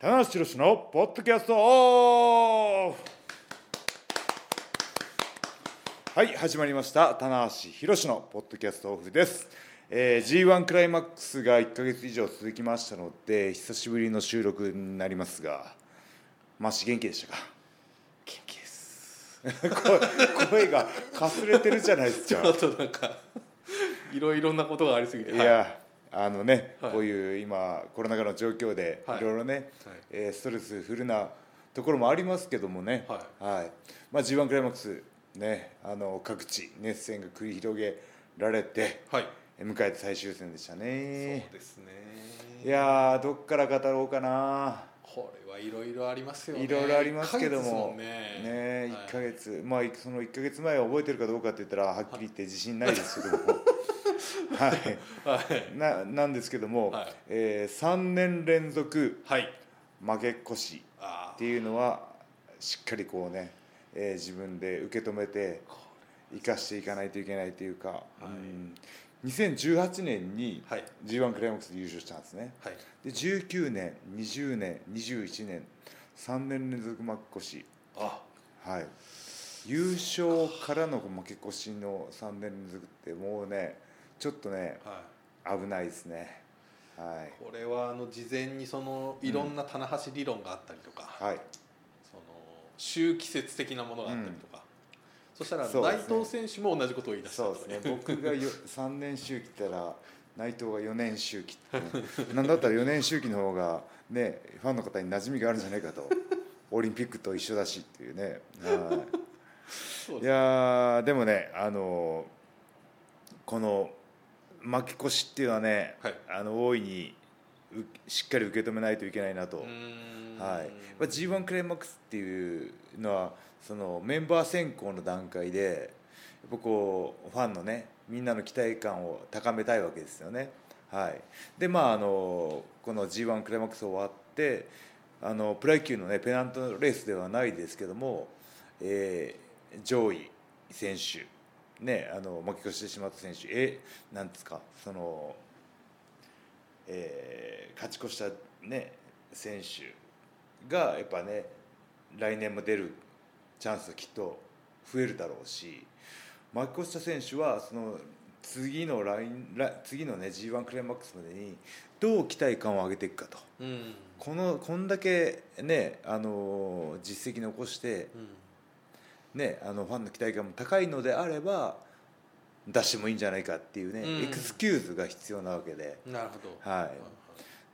橋宏のポッドキャストオフはい始まりました棚橋宏のポッドキャストオフです、えー、G1 クライマックスが1か月以上続きましたので久しぶりの収録になりますがマシ元気でしたか 元気です声声がかすれてるじゃないですちょかっとなんか いろいろなことがありすぎていはいやあのね、はいこういう今コロナ禍の状況ではいいろいろね、えーストレスフルなところもありますけどもね、はいまあ、g 1クライマックス、ね、あの各地熱戦が繰り広げられてはい、え迎えた最終戦でしたねそうですねいやーどっから語ろうかなこれはいろいろありますよねいろいろありますけど一ヶ月ですもんねね1かはい月、まあいその1か月前を覚えてるかどうかって言ったらはっきり言って自信ないですけども はいはいななんですけども、はいえー、3年連続はい負け越しあってーいうのはしっかりこうね、えー自分で受け止めてこ生かしていかないといけないというか、いうん2018年にはい g 1クライマックスで優勝したんですねはいで19年20年21年3年連続負け越しあはい優勝からの負け越しの3年連続ってもうねちょっとねは危ないですねはいいこれはあの事前にそのいろんな棚橋理論があったりとか、はいその周期説的なものがあったりとか、そしたらそうで内すね藤選手も同じことを言い出したそうですね 僕がよ3年周期って言ったら内藤が4年周期って、ね、なんだったら4年周期の方がねファンの方に馴染みがあるんじゃないか とオリンピックと一緒だしっていうね、はそう い、いですねやーでもねあのこの負け越しっていうのはね、はいあの大いにうしっかり受け止めないといけないなと、うーんはいまあ、g 1クライマックスっていうのはそのメンバー選考の段階でやっぱこうファンのねみんなの期待感を高めたいわけですよね。はい、でまああのこの g 1クライマックス終わってあのプロ野球の、ね、ペナントレースではないですけども、えー上位選手、ね、あの負け越してしまった選手えなんですかその、えー勝ち越した、ね、選手がやっぱね来年も出るチャンスはきっと増えるだろうし負け越した選手はその次のラインら次のね g 1クライマックスまでにどう期待感を上げていくかとうんこのこんだけねあの実績残してうんねあのファンの期待感も高いのであれば出してもいいんじゃないかっていうね、うんエクスキューズが必要なわけで、なるほど。は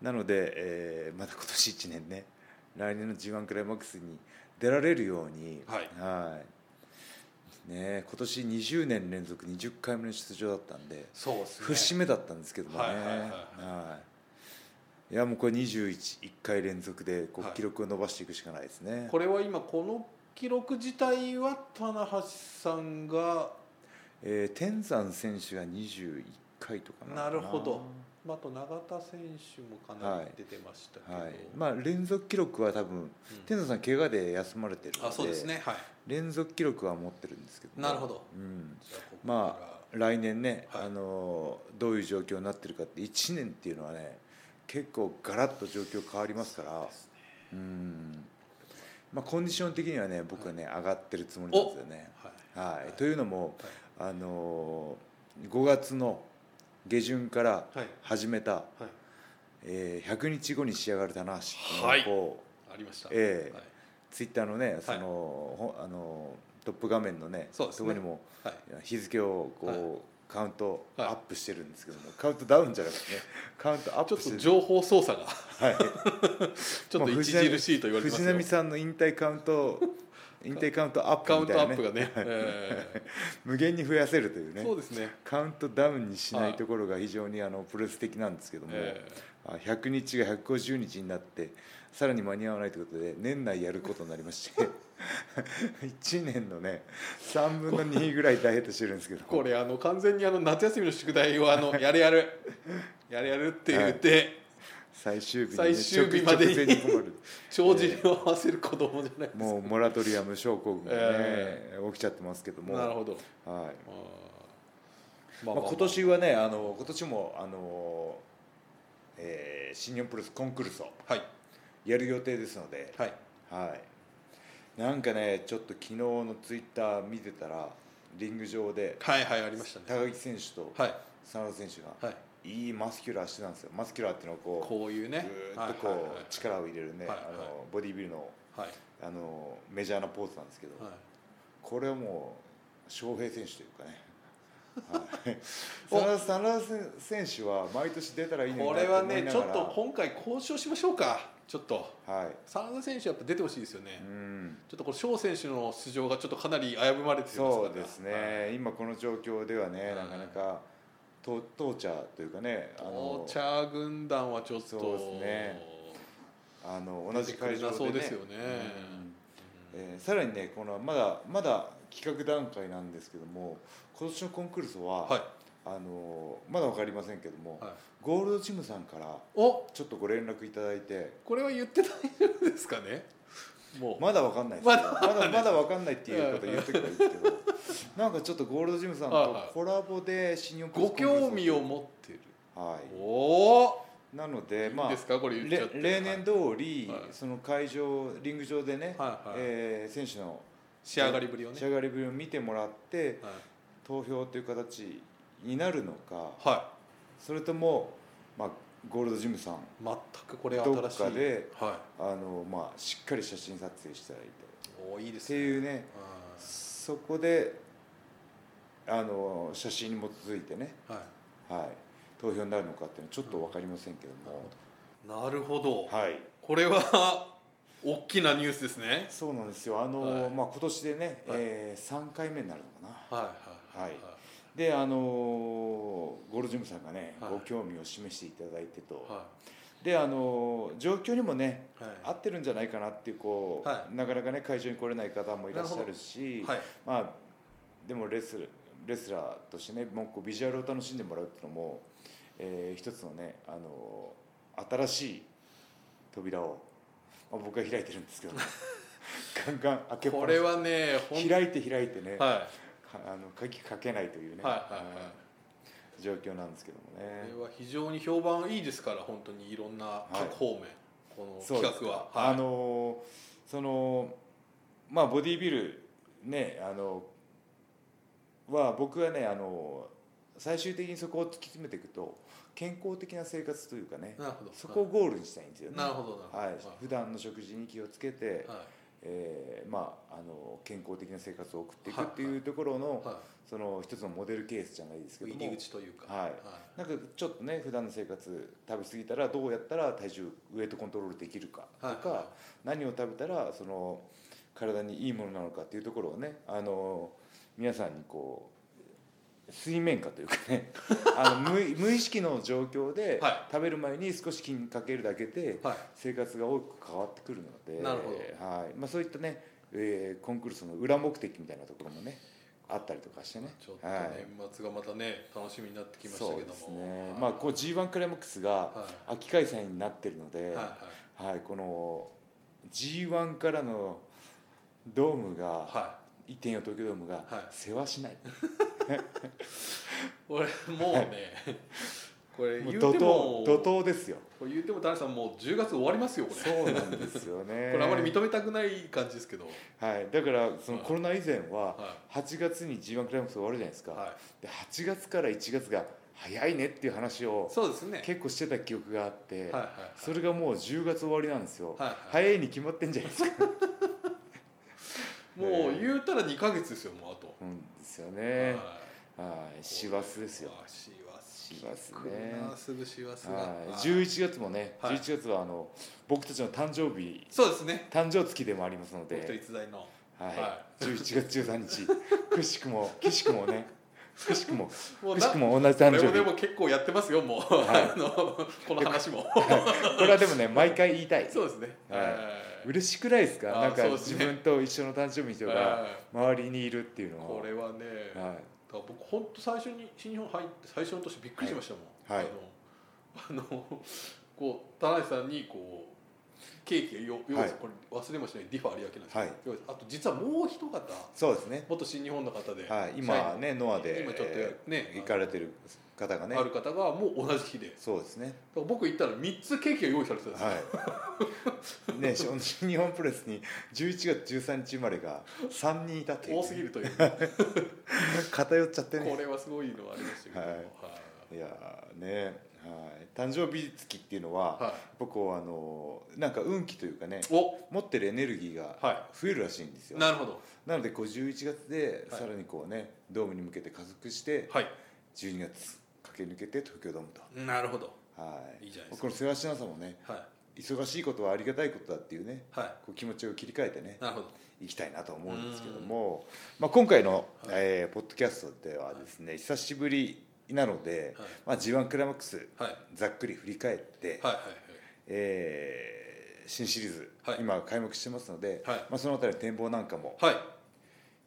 い、なので、えーまだ今年1年ね来年の g 1クライマックスに出られるようにはいいね、今年20年連続20回目の出場だったんでそうですね。節目だったんですけどもねはいはいはいはいはいいやもうこれ211回連続でこはうい記録を伸ばしていくしかないですね、これは今この記録自体は棚橋さんがえー天山選手が21回とかなるほど。まああと永田選手もかなり出てましたけど。はい、まあ連続記録は多分うん天山さん怪我で休まれてるのであそうですね。はい。連続記録は持ってるんですけどもなるほどうん、じゃあここまか来年ね、はいあのどういう状況になってるかって1年っていうのはね結構ガラッと状況変わりますかららですねうん、まあ、コンディション的にはね僕はね、上がってるつもりなんですよね。はい。はいはいというのも、あの5月の下旬からはい始めた、はい。えー100日後に仕上がる棚橋はいこうありました。ええはいツイッターのねその、ほあのトップ画面のねそうですねとこにもはい。日付をこう、はいカウントアはいップしてるんですけども、カウントダウンじゃなくて ねカウントアッちょプしってとる情報操作がはい、ちょっと著しいと言われてま藤すよ波。さんの引退カウン ト引退カウントアッカプみウンたトアいなップねがね。え無限に増やせるというえねそうですね。カウントダウンにしなはいいところが非常にあのプロレス的なんですけども、ええあ100日が150日になってさらに間に合わないということで年内やることになりまして 1年のね3分の2ぐらいダイエットしてるんですけどこれあの完全にあの夏休みの宿題をあ のやれやるやれやるって言って、最終日に、最終日までに直前困る帳尻を合わせる子供じゃないですか、もうモラトリアム症候群がね、え起きちゃってますけどもなるほど、はいあーままあ、今年はねあの今年もあの、えー新日本プロレスコンクルールソはいやる予定ですので、はいはい、なんかねちょっと昨日のツイッター見てたらリング上ではいはいありましたね高木選手とはい真田選手が、はいいいマスキュラーしてたんですよマスキュラーっていうのはこうこういうねぐーっとこう、力を入れるね、はいはいあのボディービルのはいはいあのメジャーなポーズなんですけど、はいはいこれはもう翔平選手というかね。 はい、お真田真田選選手は毎年出たらいいのになこれは思いねなちょがっらと今回交渉しましょうかちょっとは真田選手やっぱ出てほしいですよねい、うん、ちょっとこれ翔選手の出場がちょっとかなり危ぶまれていますからそうですね、今この状況ではね、うんなかなかと当茶というかねあはいのお茶軍団はちょっとそうですねあの同じ会場で、ね、そうですよね、うんえーさらにねこのまだまだ企画段階なんですけども今年のコンクルールは、はいあのまだ分かりませんけども、はいゴールドジムさんからおちょっとご連絡いただいてこれは言ってないんですかねもうまだ分かんないですよままだまだ分かんないっていうこと言っとけばいいけどなんかちょっとゴールドジムさんはいはといコラボで新日本プロレごスコンク興味ールを持ってるはおおいなのでいいまあですかこれ言っちゃれって例年通り、はいその会場リング上でね、はいはいえー選手の仕上がりぶりをね仕上がりぶりを見てもらってはい投票という形になるのかはそれとも、まあ、ゴールドジムさんい全くこれどっ新しいかではあの、まあ、しっかり写真撮影していただいていおーいいでっすてねいうねうそこであの写真に基づいてね、んははい、投票になるのかっていうのはちょっと分かりませんけども、いなるほどはい、これは大きなニュースですねそうなんですよあの、はいまあ、今年でね、はいえー、3回目になるのかなはいははいいであのーゴールジムさんがね、はいご興味を示していただいてと、はであのー状況にもねいはい合ってるんじゃないかなっていうこう、はなかなかね会場に来れない方もいらっしゃるしはいまあでもレスレスラーとしてねもうこうビジュアルを楽しんでもらうっていうのも、えー一つのねあの新しい扉を、まあ、僕が開いてるんです けど、ね、ガンガン開けっぱこなれしはねほん開いて開いてね、はかあの鍵かけないといういね、はいはいあはいー状況なんですけどもこねれは非常に評判いいですから本当にいろんな各方面、このそうです企か画はあのーそのまあボディビルねあのは僕はねあの最終的にそこを突き詰めていくと健康的な生活というかねなるほどそこをゴールにしたいんですよねなるほどなはるいほど、普段の食事に気をつけて、はえーまあ、あの健康的な生活を送っていくはいっていうところの、いはその一つのモデルケースじゃないですけいども入り口というかはいなんかちょっとね普段の生活食べ過ぎたらどうやったら体重ウエイトコントロールできるかとはいか、何を食べたらその体にいいものなのかっていうところをねあの皆さんにこう水面下というか ねあの無意無意識の状況で、は食べる前に少し気にかけるだけではい生活が大きく変わってくるのでなるほはいまあ、そういったね、えーコンクルールの裏目的みたいなところもねあったりとかしてね。ちょっとはい年末がまたね楽しみになってきましたけどもそうですね、まあ、こう G1 クライマックスはがい秋開催になってるのはで、いははいこの G1 からのドームいが、は1.4東京ドームがはい世話しない、い俺もう ねこれも言うう怒ても涛怒涛ですよこれ言うても田中さんもう10月終わりますよこれそうなんですよね これあまり認めたくない感じですけどはい、だからそのはいコロナ以前はは8月に G1 クライマックス終わるじゃないですいか、はで8月から1月が早いねっていう話いをそうですね結構してた記憶があって、はいはいはいそれがもう10月終わりなんですよ、はいはい早いに決まってんじゃないですかもう言うたら2か月ですよもうあとうんですよね。はいはい、師走ですよ。あ師走師走ね聞くなすぐ師走がはい、は十い一月もね、はい11月はあの僕たちの誕生日、そうですね誕生月でもありますの僕とで、逸材のははい、11月13日、く しくもくしくもね、くしくももうくしくなも同じこ誕れ生もで日。も結構やってますよもう、はい あのこの 話もこれはでもね、毎回言いたい。そうですねはいはい嬉しくないですか？あーなんかそうです自ね分と一緒の誕生日の人がはい周りにいるっていうのは、これはね、だかはい、ら僕本当最初に新日本入って最初の年びっくりしましたもん、はいあのあのこう田中さんにこうケーキよ用意はいこれ忘れもしないディファ有明なんですけど、はい用意あと実はもう一方そうですね、元新日本の方で、はい、今ねノアで今ちょっとやねえー行かれてる方がねある方がもう同じ日でだかそうですねら僕行ったら3つケーキが用意されてたんですよ、はいねし 新日本プロレスに11月13日生まれが3人いたっていうね多すぎるという偏っちゃってこねれはすごいのありましたけども、はいいやーねはい誕生日月っていうのは、はいはやっぱこうあのなんか運気というかねい持ってるエネルギーがおは増えるらしいんですいよなるほどなのでこう11月ではいさらにこうね、ドームに向けて加速してはい12月駆け抜けて東京ドームとなるほどはいいいじゃないですこかの世話しなさもねはい忙しいことはありがたいことだっていうねはこう気持ちを切り替えてねいなるほどいきたいなと思うんですけども、まあ、今回の、えーポッドキャストではですね、久しぶりなので、はいまあ、g 1クライマックスはいざっくり振り返って、はいはいえー新シリーズ、はい今開幕してますので、はいまあ、そのあたりの展望なんかもはいはい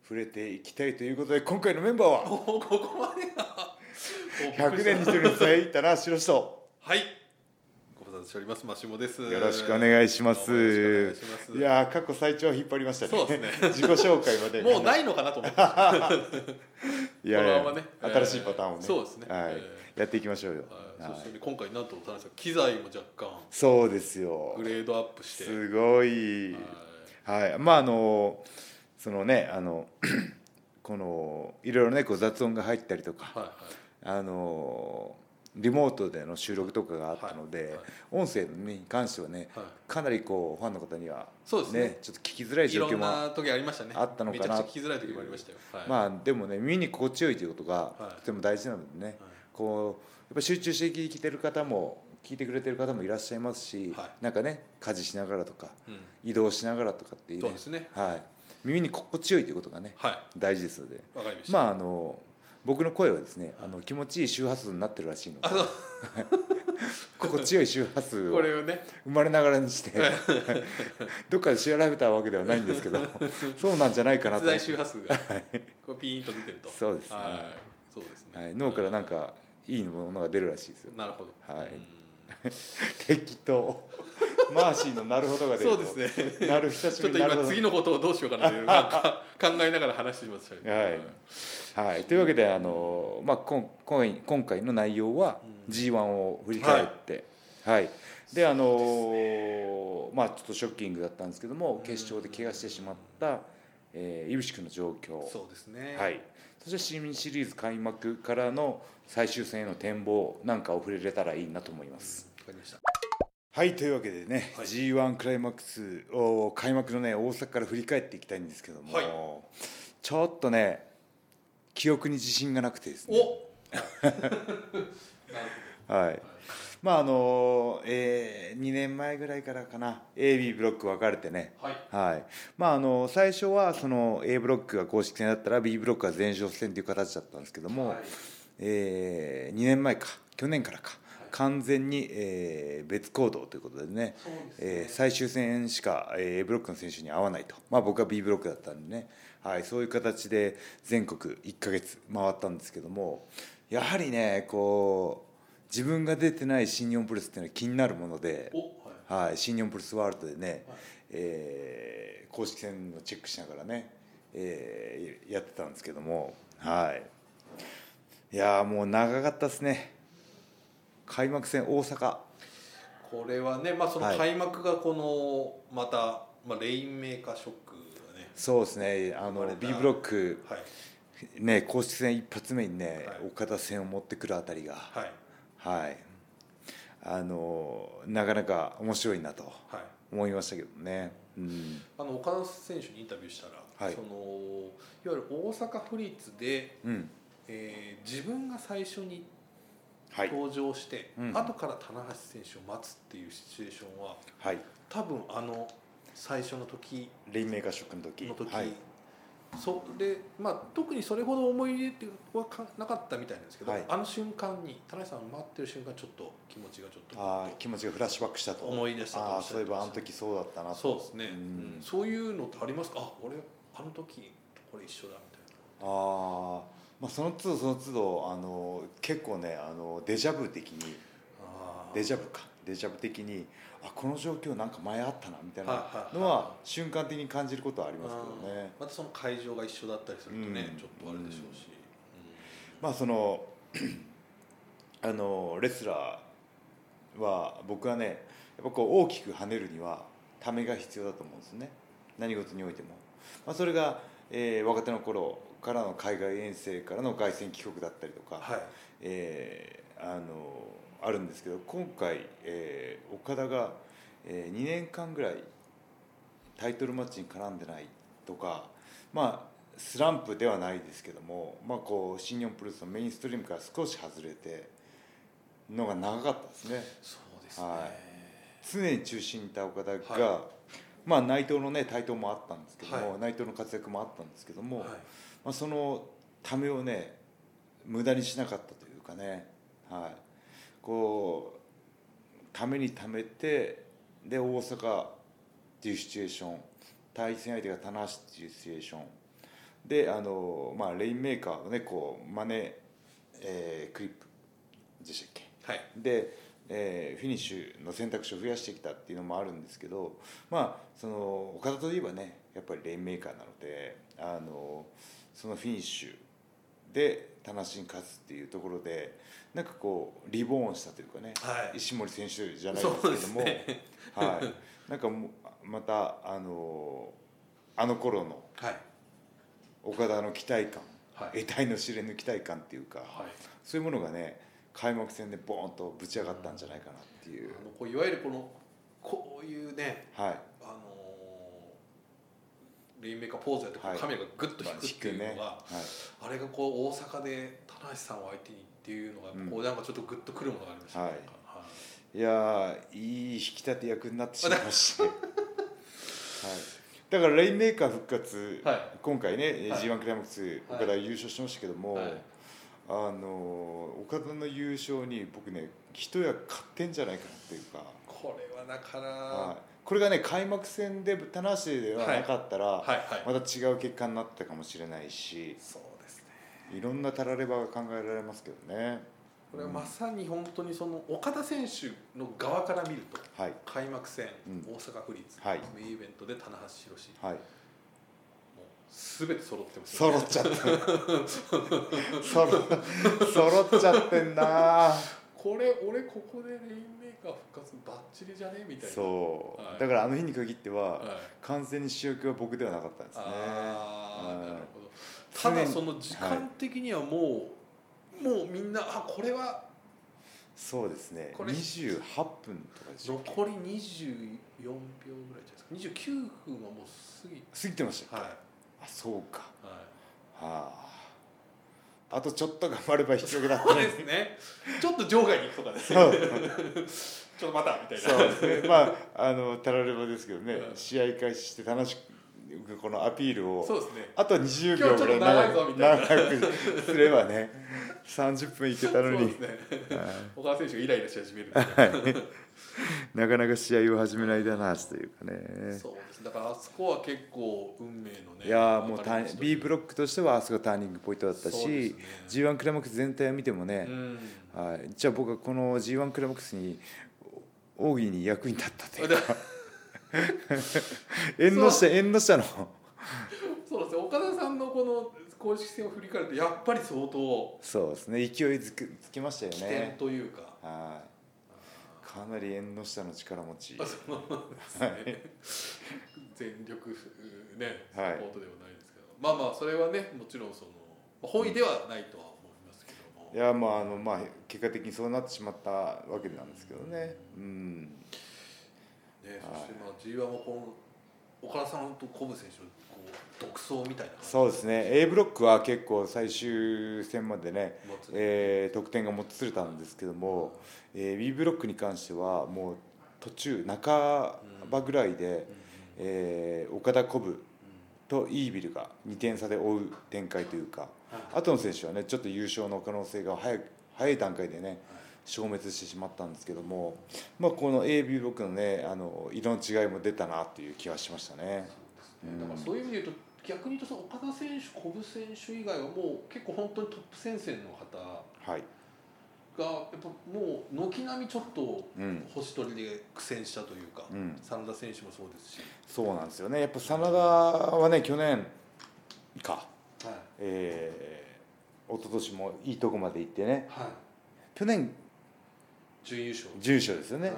触れていきたいということで今回のメンバーはおここまでが100年に一人の伝えいたら白人よはいご無沙汰しておりますマシモですろしくお願いしますどうもよろしくお願いしますいやー過去最長引っ張りましたねそうですね自己紹介 までもうないいのかなと思ってましたいやいこのままねや新しいパターンをね、えーそうですねはいえやっていきましょうよ、はいはいそして今回なんと田中さん機材も若干そうですよグレードアップしてすごいははいいまああのそのねあの このいろいろねこう雑音が入ったりとか、はいはいあのリモートでの収録とかがあったので、はいはい音声に関してはねはいかなりこうファンの方にはそうですねちょっと聞きづらいい状ろ況んもな時ありましたねあったのかなめちゃくちゃ聞きづらい時もありましたよはいまあでもね耳に心地よいということがはいとても大事なのでね、こうやっぱ集中して聞いてる方も聞いてくれてる方もいらっしゃいますし、はなんかね家事しながらとかうん移動しながらとかっていう,、そうですねはい、耳に心地よいということがねはい大事ですのでわかりましたまああの僕の声はですねあの気持ちいい周波数になってるらしいのであそう 心地よい周波数こをれをね生まれながらにして どっかで調べたわけではないんですけど そうなんじゃないかな実と在周波数がこうピーンと出てるとそうですねはいそうですねはい、脳からなんかいいものが出るらしいですよ なるほどはいうん適当 マーシーのなるほどが出るそとうですねなる久しちょぶっりとになる今次のことをどうしようかなというなんか考えながら話してましたけどはいはい、というわけであの、まあ、こん今今回の内容はうん g 1を振り返って、はいであのまあ、ちょっとショッキングだったんですけども決勝で怪我してしまった、えー、井口君の状況そうですねはい、そして市民シリーズ開幕からの最終戦への展望なんかを触れれたらいいなと思います。わかりましたはいというわけでね、はい G1 クライマックスを開幕のね大阪から振り返っていきたいんですけども、はいちょっとね記憶に自信がなくて ですね、おなるはい、まああの、え2年前ぐらいからかな AB ブロック分かれてねほどはいはいまあ、あの最初はその A ブロックが公式戦だったら B ブロックが前哨戦という形だったんですけども、はいえ2年前か去年からか完全に、えー別行動ということでねそうですねえー最終戦しか、えー A ブロックの選手に合わないと、まあ、僕は B ブロックだったんでね、はい、そういう形で全国1ヶ月回ったんですけどもやはりねこう自分が出てない新日本プロレスっていうのは気になるものでお、はいはい、新日本プロレスワールドでね、はいえー公式戦のチェックしながらね、えーやってたんですけども、はい、いやーもう長かったですね開幕戦大阪これはね、まあ、そのはい開幕がこのまた、まあ、レインメーカーショックがね、そうですねあ生まのれた B ブロック、はいね、公式戦一発目にね、はい岡田戦を持ってくるあたりが、はいはい、あのーなかなか面白いなとはい、思いましたけどね。うんあの岡田選手にインタビューしたら、はいそのいわゆる大阪府立で、うんえー自分が最初にはい登場して、うん後から棚橋選手を待つっていうシチュエーションははい、多分あの最初の時レインメーカーショックの時の時、はいそれまあ、特にそれほど思い入れっていうのはかなかったみたいなんですけど、はいあの瞬間に田中さん待ってる瞬間ちょっと気持ちがちょっとあー気持ちがフラッシュバックしたと思い出したとあおあっしゃそってましたういえばあの時そうだったなとそうですね、うんうんそういうのってありますかあ俺あの時これ一緒だみたいあー、まあその都度その都度あの結構ねあのデジャブ的になあーデジャブかデジャブ的にあこの状況なんか前あったなみたいはいなはいはいのは瞬間的に感じることはありますけどねまたその会場が一緒だったりするとね、うんちょっとあれでしょうし、まあその あのレスラーは僕はねやっぱこう大きく跳ねるにはためが必要だと思うんですね何事においても、まあ、それが、えー若手の頃からの海外遠征からの凱旋帰国だったりとか、はいえーあのあるんですけど今回、えー岡田が、え2年間ぐらいタイトルマッチに絡んでないとかまあスランプではないですけども、まあ、こう新日本プロレスのメインストリームから少し外れてのが長かったですねそうですね、は常に中心にいた岡田が、はまあ内藤のね台頭もあったんですけども、は内藤の活躍もあったんですけども、はいまあ、そのためをね無駄にしなかったというかね、はい、こうためにためてで大阪っていうシチュエーション対戦相手が棚橋っていうシチュエーションであの、まあ、レインメーカーのねこう真似、えークリップでしたっけはいで、えーフィニッシュの選択肢を増やしてきたっていうのもあるんですけどまあその岡田といえばねやっぱりレインメーカーなのであのそのフィニッシュで棚橋に勝つっていうところでなんかこうリボーンしたというかね、はい石森選手じゃないでそうですすけども、ねはい、なんかもうまたあのあの頃のはい岡田の期待感、はい得体の知れぬ期待感っていうか、はいそういうものがね開幕戦でボーンとぶち上がったんじゃないかなっていう、あのこういわゆるこのこういうねはいあのーレインメーカーポーズやってこうはいカメラがグッと引くっていうのが、はあれがこう大阪で棚橋さんを相手にっていうのがこうなんかちょっとグッとくるものがありましたね、はいなんかはいい、いやーいい引き立て役になってしまいま したね、はい、だからレインメーカー復活、はい今回ね、はい g 1クライマックスはい岡田優勝しましたけども、はいあのー岡田の優勝に僕ね一役買ってんじゃないかなっていうか、これはだから、はい、これがね開幕戦で棚橋ではなかったら、はいはい、また違う結果になったかもしれないしそうですねいろんなたらればが考えられますけどね。これはまさに本当にその岡田選手の側から見るとはい開幕戦、うん大阪府立、はいメインイベントで棚橋宏はい、もう全て揃ってますよね揃っ ちゃって揃揃っちゃってんなこれ俺ここでレインメーカー復活バッチリじゃねみたいなう、そう、はいだからあの日に限っては、はい、完全に主役は僕ではなかったんですねああうんなるほどただ常にその時間的にはもう、もうみんなあこれはそうですねこれ28分とかでしょ残り24秒ぐらいじゃないですか29分はもう過ぎ過ぎてましたはいあそうかはいはああとちょっと頑張れば引き分けだったそうです ねちょっと場外に行くとかですねそうちょっとまたみたいなそうですねまああのたらればですけどね、うん試合開始して楽しくこのアピールをそうですねあと20今秒日ちょぐらいっと長いぞみたいな長くすれば ね30分いけたのそうにですねは岡田選手がイライラし始めるみたいないなかなか試合を始めないだなというかねそうですねだからあそこは結構運命のねいやーもうタ分かれ道ーンとい B ブロックとしてはあそこがターニングポイントだったそうですし、ね g 1クライマックス全体を見てもねう、んはい、じゃあ僕はこの g 1クライマックスに奥義に役に立った というか縁の下縁の下のそうですね岡田さんのこの公式戦を振り返るとやっぱり相当そうですね勢いづくつきましたよ起点ねというか、はいかなり縁の下の力持ちあそのですね全力ねサはいポートではないですけど、まあまあそれはねもちろんその本意ではないとは思いますけども、いやまああのまあ結果的にそうなってしまったわけなんですけどね。うん。ね、そしてまあ G1 もこの岡田さんとコブ選手のこう独走みたいな感じそうですね。A ブロックは結構最終戦までね、持つえー得点がもつれたんですけども、えー B ブロックに関してはもう途中半ばぐらいで、うんえー岡田コブうとイービルが2点差で追う展開というか、んはい後の選手はねちょっと優勝の可能性が早く早い段階でね消滅してしまったんですけども、まあ、この AB ブロックのねあの色の違いも出たなっていう気がしましたね。そうですねだからそういう意味で言うと逆に言うとその岡田選手、小布選手以外はもう結構本当にトップ戦線の方はい、がやっぱもう軒並みちょっとうん星取りで苦戦したというか、うん真田選手もそうですし、そうなんですよねやっぱ真田はね去年かはいえー、一昨年もいいとこまで行ってねはい、去年準優勝準優勝ですよね、はい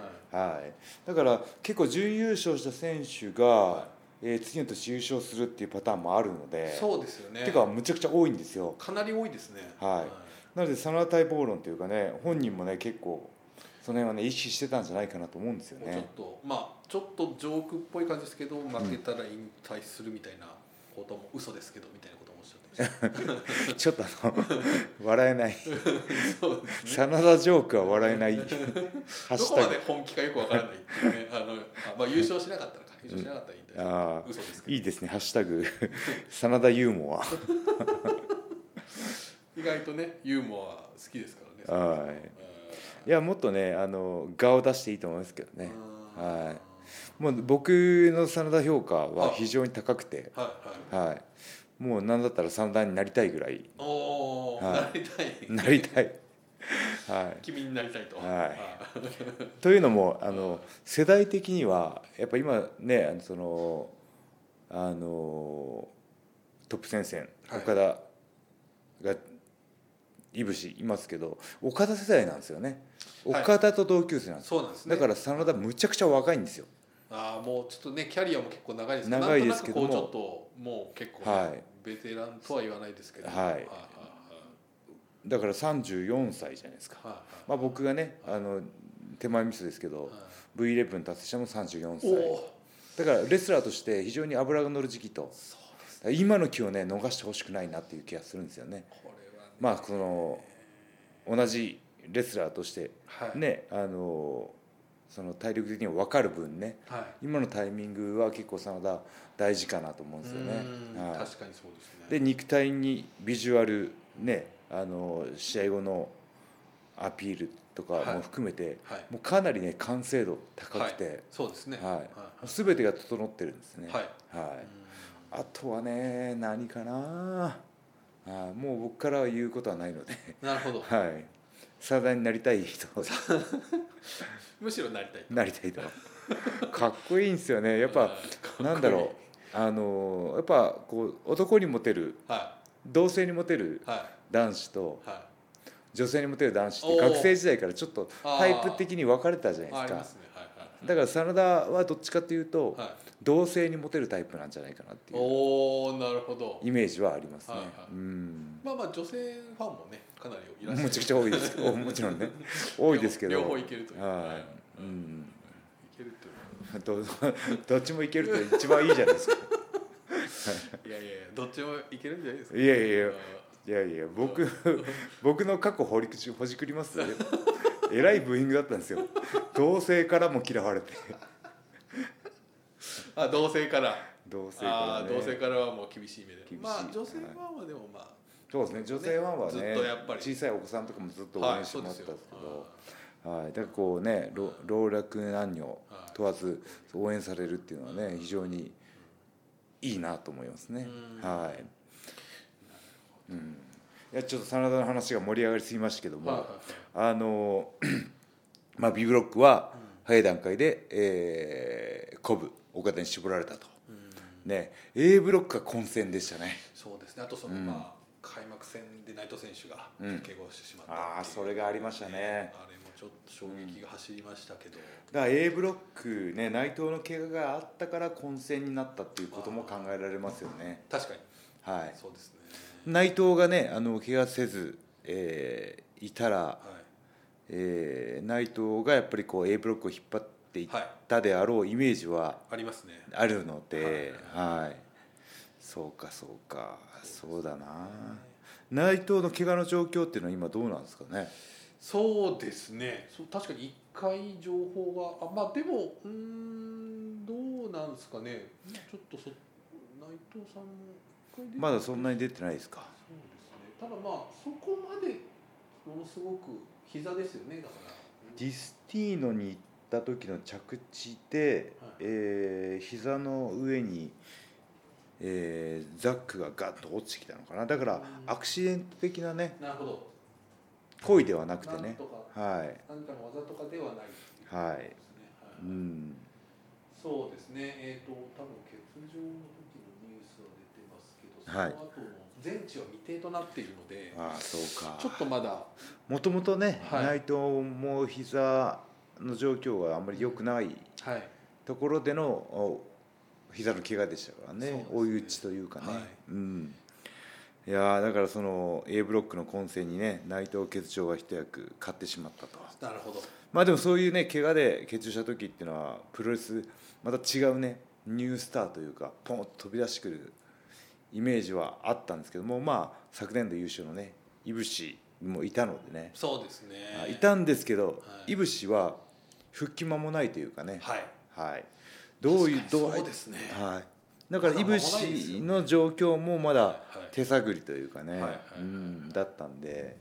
だから結構準優勝した選手が、えー次の年優勝するっていうパターンもあるのでそうですよねてかむちゃくちゃ多いんですよかなり多いですねはいなので真田待望論というかね本人もね結構その辺はね意識してたんじゃないかなと思うんですよもうちょっねとまあちょっとジョークっぽい感じですけど負けたら引退するみたいなことも嘘ですけどみたいなこともおっしゃってちょっとあの 笑えないましたそうですね真田ジョークは笑えないハッどシュこタまグで本気かよくわからないっていうねあのあまあ優勝しなかったらか優勝しなかったら引退ああ嘘ですけいいですねハッシュタグ真田ユーモアど意外とねユーモア好きですからねはいいやもっとねあの顔を出していいと思いますけどねははいいもう僕の真田評価は非常に高くてはいはいもう何だったら真田になりたいぐらいおおー、はなりたいなりたいは君になりたいとはいはいいというのもあの世代的にはやっぱ今ねあのそのあのトップ戦線はい岡田がいぶしいますけど岡田世代なんですよねはい岡田と同級生なんです、そうなんですねだから真田むちゃくちゃ若いんですよああもうちょっとねキャリアも結構長いですけど長いですけどもなんとなくこうちょっともう結構、はいベテランとは言わないですけどはいはいはいだから34歳じゃないですか、はいまあ、僕がねあの手前ミスですけどはい V11 達成したのも34お歳おだからレスラーとして非常に脂が乗る時期とそうですだから今の気をね逃してほしくないなっていう気がするんですよねこれはね、まあその同じレスラーとしてはい、ねあのその体力的にも分かる分ねはい今のタイミングは結構真田大事かなと思うんですよねうーんはい確かにそうですねで肉体にビジュアルねあの試合後のアピールとかも含めて、はいもうかなりね完成度高くて、そうですねはいはい全てが整ってるんですねはいはういんあとはね何かなあーもう僕からは言うことはないので なるほどはいサダになりたい人 むしろなりたいなりたいとかっこいいんですよねやっぱぱなんだろうあのーやっぱこう男にモテるうは同性にモテるいはい男子とはい女性にモテる男子っおてー学生時代からちょっとあータイプ的に分かれたじゃあないありでますすねはいはいかだから真田はどっちかというとはい同性にモテるタイプなんじゃないかなっていうおおなるほどイメージはありますねはいはいうんまあまあ女性ファンもねかなりいらっしゃるむちゃくちゃ多い ですけどもちろんね多いですけど両方いけるというはいううんんいけるというど どっちもいけると一番いいじゃないですかいやいやいやどっちもいけるんじゃないですかいやいやいやうんいやいや僕 僕の過去ほりくじほじくりますよえらいブーイングだったんですよ同性からも嫌われてあ同性から同性あかーらね同性からはもう厳しい目で厳しいまあ女性ファンはでもまそうですね女性ファンはねずっとやっぱり小さいお子さんとかもずっとあ応は援いしてそうもらっですてたよんですけど、はいだからこうね老老若男女はい問わず応援されるっていうのはね非常にいいなと思いますねうんはい、うん、いやちょっと真田の話が盛り上がりすぎましたけどうんも、はいはいあの まあ B ブロックは早い段階で、えー、コブ岡田に絞られたとうんね A ブロックが混戦でしたねそうですねあとそのうんまあ開幕戦で内藤選手がうん怪我をしてしまったああっていそうれがありましたねあれもちょっと衝撃が走りましたけどだから A ブロックね内藤の怪我があったから混戦になったっていうことも考えられますよね確かにはいそうですね内藤がねあの怪我せず、えーいたら、はいえー内藤がやっぱりこう A ブロックを引っ張っていっはいたであろうイメージはありますねあるので、はいそうかそうかそうだな内藤の怪我の状況っていうのは今どうなんですかねそうですねそう確かに一回情報があまあでもうーんどうなんですかねちょっとそ内藤さんも一回出てまだそんなに出てないですかそうですねただまあそこまでものすごく膝ですよねだからディスティーノに行った時の着地で、はいえー膝の上に、えーザックがガッと落ちてきたのかなだからうんアクシデント的なねなるほど故意ではなくてなんねとかはい何かの技とかではないっていうはいことですねはいうんそうですね、えー、と多分欠場の時のニュースは出てますけど、はいその後の全治は未定となっているので、ああそうかちょっとまだ、もともとね、はい内藤も膝の状況があんまり良くないはい、ところでのお膝の怪我でしたからねそうですね追い打ちというかね、はいうんいやーだからその A ブロックの混戦にね内藤欠場が一役勝ってしまったとなるほど、まあでもそういうね怪我で欠場した時っていうのはプロレスまた違うねニュースターというかポンと飛び出してくるイメージはあったんですけどもまあ昨年度優勝のねいぶしもいたのでねそうですね、あいたんですけど、はいいぶしは復帰間もないというかね、はい、はい、どういう確かにどうそうですね、はい、だからいぶまだ間もないですしよの状況もまだはい手探りというかね、はいはいはいうん、だったんで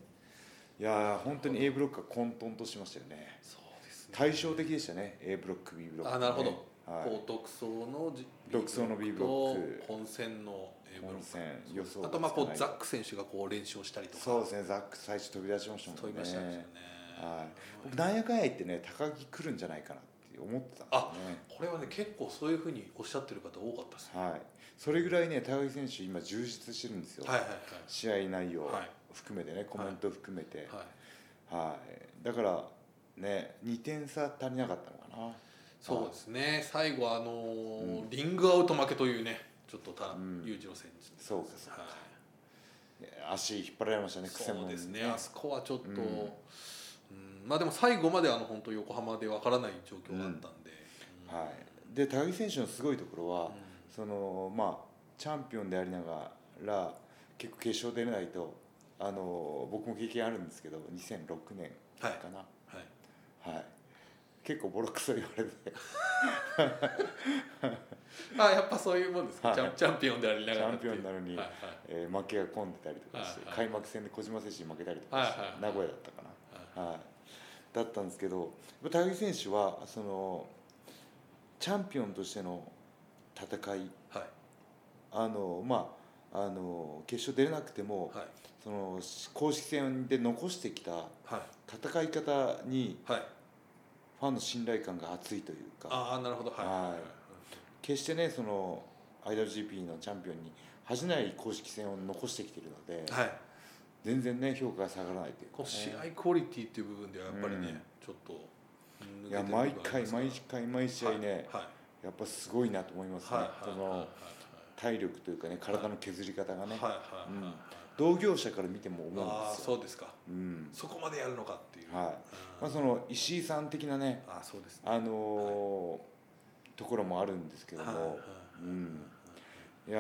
いやー本当に A ブロックが混沌としましたよねそうですね、対照的でしたね A ブロック B ブロック、ね、あなるほど、はいこう独走のじ独走の B ブロックと本戦の A ブロ本ッ戦ク予想あとまあこがうつザかック選手がこう連勝したりとか、そうですねザック最初飛び出しましたもんね飛びましたね。はい僕なんやかんや言ってね高木来るんじゃないかなって思ってたんですよねこれはね結構そういうふうにおっしゃってる方多かったですね。はい、それぐらいね高木選手今充実してるんですよ、はいはいはい。試合内容はい含めてね、コメント含めて、はい、はい、だからね2点差足りなかったのかそうですね最後はあのーうんリングアウト負けというねちょっと田うん裕次郎選手そうかそうかはいな足引っ張られましたねそうですねねあそこはちょっと、ううんんまあでも最後まであの本当横浜でわからない状況があったんで、うんはい、で高木選手のすごいところは、うそのまあチャンピオンでありながら結構決勝出れないとあの僕も経験あるんですけど2006年はいかな、はい、はい結構ボロクソ言われてあやっぱそういうもんですか、はいチャンチャンピオンでありチながらャンっピていオうンなのに、はいはいえー負けが込んでたりとかして、はいは開い幕戦で小島選手に負けたりとかして、はいはい名古屋だったかな、はいはい、だったんですけど高木選手はそのチャンピオンとしての戦いはいあの、まあ、あの決勝出れなくても、はいその公式戦で残してきたはい戦い方にはいファンの信頼感が厚いというかああなるほどはいはい決してねその IWGP のチャンピオンに恥じない公式戦を残してきているので、はい、はい全然ね評価が下がらないというかこね、う試合クオリティっていう部分ではやっぱりね、うんちょっといや毎回毎回毎試合ね、はいやっぱすごいなと思いますね、はいそはいはいの体力というかね体の削り方がね、うん同業者から見ても思うんでああすよ。そうですかうんそこまでやるのかっていう、はいまあ、その石井さん的なね、ああそうですねあのーところもあるんですけどはいはいもはい、うんいや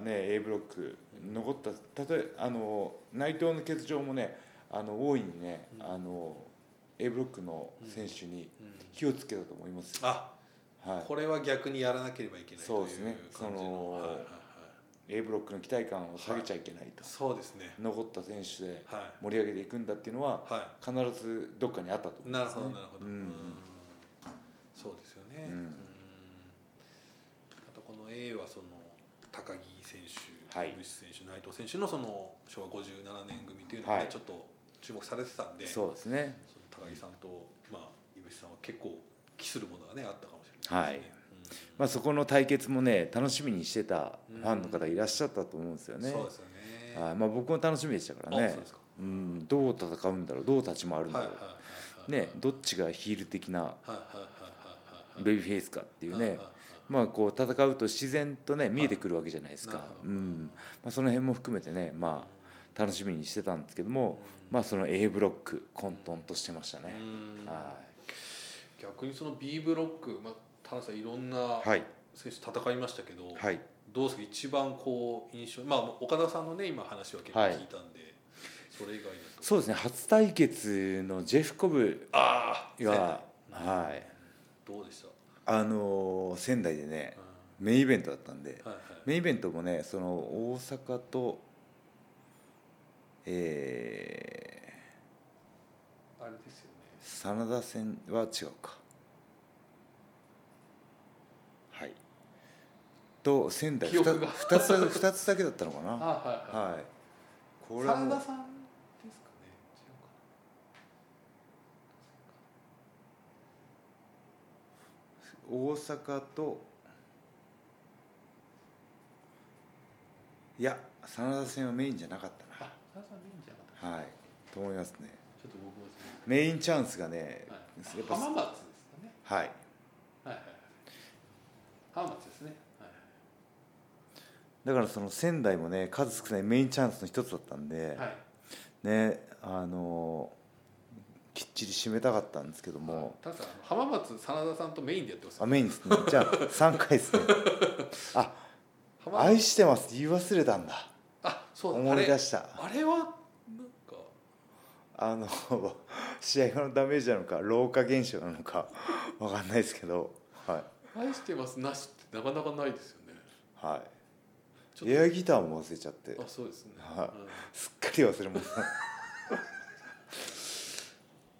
ーね A ブロック残った例えあのー内藤の欠場もねあの大いにね、うんあのー A ブロックの選手にうん火をつけたと思いますよ、あはい、これは逆にやらなければいけないといそうう感でじすのねそのはいはいはい A ブロックの期待感を下げちゃいけないと、そうですね残った選手では盛り上げていくんだっていうのはいは必ずどっかにあったと思ういんですなねるほどなるほど、うんうんそうですよね、うんあとこの A はその高木選手、はいブシ選手内藤選手のその昭和57年組というのが、ねはいちょっと注目されてたんでそうですねその高木さんと、まあ、井口さんは結構期するものが、ね、あったかもしれないですね。まあそこの対決もね楽しみにしてたファンの方いらっしゃったと思うんですようんね、そうですよね。はいまあ僕も楽しみでしたからあねそうですかうんどう戦うんだろうどう立ち回るんだはいろはうい、はいはいねどっちがヒール的なはいはいはいはいはいベビーフェイスかっていうね、はいはいはいまあこう戦うと自然とね見えてくるわけじゃないですか、なるほうどんまあ、その辺も含めてねまあ楽しみにしてたんですけども、まあその A ブロック混沌としてましたうね、んは逆にその B ブロック、まあ、田中さんいろんないはい選手戦いましたけど、はいどうですか一番こう印象まあ岡田さんのね今話は結構はい聞いたんで、それ以外だとそうですね初対決のジェフコブああが仙台はいどうでした、あのー仙台でねうメインイベントだったんでんはいはいメインイベントもねその大阪とえあれですよねー真田戦は違うかはいと仙台記 2, 憶が 2, つ2つだけだったのかなあはいはいはいこれ真も田さんですかね違うかな大阪といや真田戦はメインじゃなかったあ、ささんいいんじゃなかった。なはいと思いますねちょっと僕もですねメインチャンスがね、やっはい、ぱ浜松ですかね。はいはいはいはい。浜松ですね。はいだからその仙台もね数少ないメインチャンスの一つだったんで、はい。はいねあのきっちり締めたかったんですけども、ただ浜松真田さんとメインでやってますあよ。メインですねじゃあ3回ですねあ浜松愛してますって言い忘れたんだあ、そうだ。あ思いれ出したあれはなんかあの 試合後のダメージなのか老化現象なのかわかんないですけどは愛してますなしってなかなかないですよね。いはちょいっエアギターも忘れちゃってとあ、そうですね。はうんすっかり忘れま した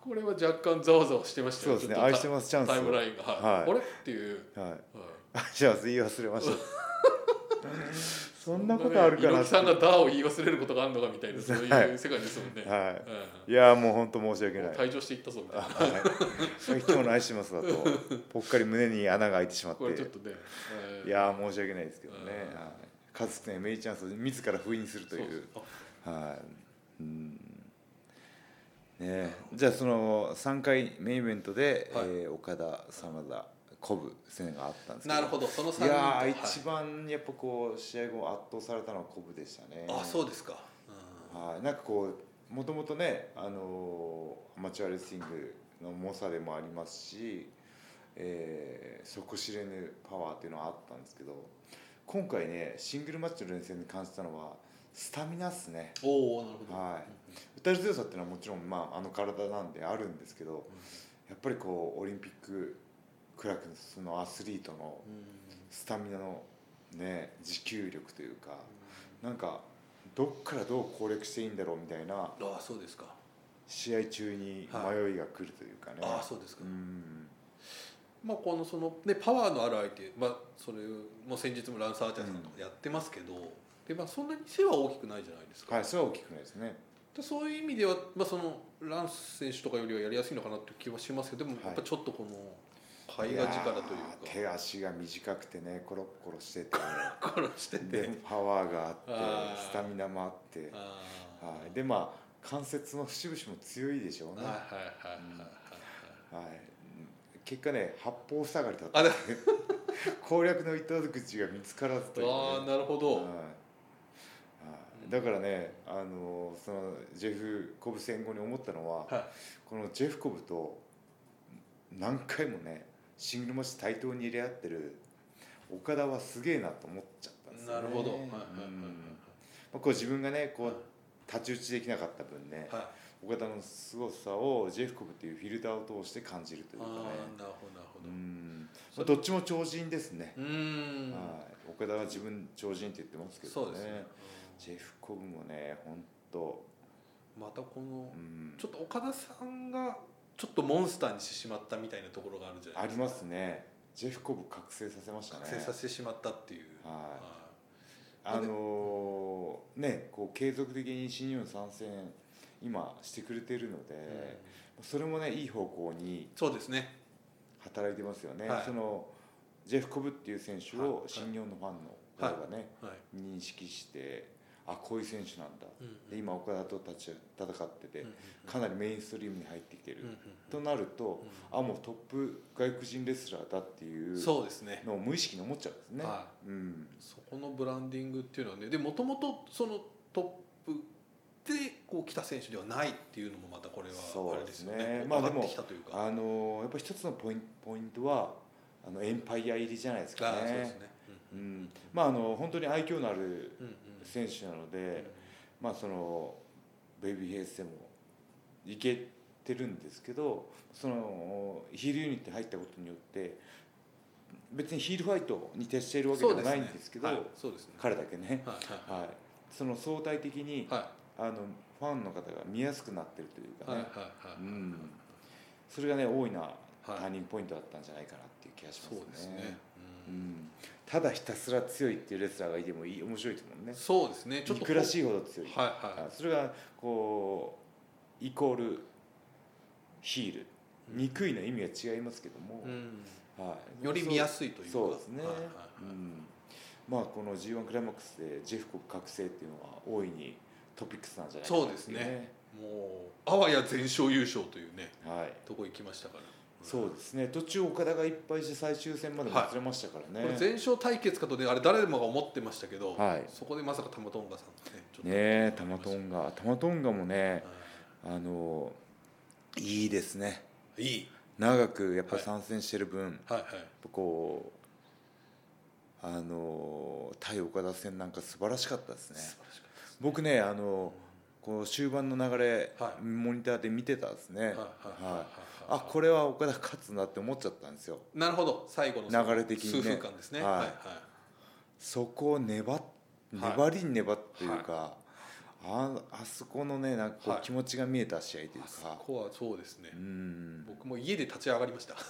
これは若干ざわざわしてましたそうよ。ですねちょっと愛してますチャンスタイムはラいインが、はいはいあれっていう、 愛してます言い忘れました そんなことあるかな猪木さんが「ダー」を言い忘れることがあるのかみたいなそうはいいう世界ですもんね、はうんいいやもう本当申し訳もなうい退場していったぞみたいはない、今日の「愛してます」だとぽっかり胸に穴が開いてしまっこれちょってとね、えーいや申し訳ないですけどねうんはい数少ないメイチャンスを自ら封印するとそういうそうはい、うんね、じゃあその3回メインイベントで、はいえー岡田真田コブ戦があったんですけどなるほどその3人いとやはーい一番やっぱこう試合後圧倒されたのはコブでしたねあそうですか、うんはいなんかこうもともとね、あのーアマチュアレスリングの猛者でもありますし、えー底知れぬパワーっていうのはあったんですけど今回ねシングルマッチの連戦に感じたのはスタミナっすねおおなるほど、はうん歌い強さっていうのはもちろん、まあ、あの体なんであるんですけどやっぱりこうオリンピッククラクスのアスリートのうんスタミナのね持久力というかなんかどっからどう攻略していいんだろうみたいなうんああそうですか、試合中に迷いが来るというかね、ああそうですか、うんまあこのそのねパワーのある相手、まあ、それも先日もランサーチャーさんとかやってますけど、でまあ、そんなに背は大きくないじゃないですか、はいそれは大きくないですねでそういう意味では、まあ、そのランス選手とかよりはやりやすいのかなって気はしますけどでもはいやっぱちょっとこの肺が力といういかやー手足が短くてねコロッコロ してて殺してでてパワーがあってあースタミナもあってあーはい、でまあ関節の節々も強いでしょうはいねはいはいは、うんいはいはい、結果ね八方塞がりだったあで 攻略の糸口が見つからずというね、あーなるほど、はいはい、だからねあのそのジェフ・コブ戦後に思ったのは、はこのジェフ・コブと何回もねシングルマッチ対等に入れ合ってる岡田はすげえなと思っちゃったんですよなねるほど、はいはういはんまあこう自分がねこいはう太刀打ちできなかった分ね、いはい岡田の凄さをジェフコブっていうフィルターを通して感じるというあかねーなるほどなるほうどん、そまあ、れどっちも超人ですね、うーんはい岡田は自分超人って言ってますけそどうですねねジェフコブもね本当うんまたこのうんちょっと岡田さんがちょっとモンスターにしてしまったみたいなところがあるじゃなあいでりすかますねジェフコブ覚醒させましたね覚醒させてしまったっていうはいはいあのーねこう継続的に新日本参戦今してくれてるので、それもねいい方向にそうですね働いてますよね、はいそのジェフコブっていう選手はいはをい新日本のファンの方がね、はい、認識してあこういう選手なんだうんで今岡田と立ち戦っててかなりメインストリームに入ってきてる、うんうんとなるとうあもうトップ外国人レスラーだっていんうそうですねのを無意識に思っちゃうんですね、はうんい、そこのブランディングっていうのはねでもともとそのトップでこう来た選手ではないっていうのもまたこれそはうあれでですすねよねまあ上がでもってきたというかあのーやっぱ一つのポインポイントはあのエンパイア入りじゃないですかああそうですねねううんんまああの本当に愛嬌のあるうんうん選手なので、うんまあそのベイビーヘイスでもいけてるんですけどそのヒールユニットに入ったことによって別にヒールファイトに徹しているわけではそうですねないんですけどはいそうですね彼だけね、はいはいはい、その相対的に、はあのファンの方が見やすくなってるといういかはいね、はいはいうん、それがね大いなタはいーニングポイントだったんじゃないかなっていう気がしますそうね。ですねううんん、ただひたすら強いっていうレスラーがいてもいい面白いと思うね。そうですねちょっと憎らしいほど強い。はいはそれがこうイコールヒールうん憎いの意味が違いますけども、いうんはい、より見やすいというかそうですね、はいはいうん、まあこの G1 クライマックスでジェフ国覚醒っていうのは大いにトピックスなんじゃないかなそうですねもうあわや全勝優勝というねっていうねはいとこ行きましたから、そうですね途中岡田がいっぱいして最終戦までもつれましたからね、これ全勝対決かとねあれ誰もが思ってましたけど、はいそこでまさか玉トンガさんがねちょっとねえタマトンガタマトンガもねはあのいいですねいいい長くやっぱり参戦してる分、やっはいはいぱこうあの対岡田戦なんか素晴らしかったですね素晴らしかったです僕ねあのこう終盤の流れ、はいモニターで見てたんですね、はいはいはいはいあこれは岡田勝つなって思っちゃったんですよなるほど最後のその流れ的にね数分間ですねはいはいはいそこを粘っはい粘りに粘っていうか、ああそこのねなんかこはうい気持ちが見えた試合というあそか、こはそうですねうん僕も家で立ち上がりましたは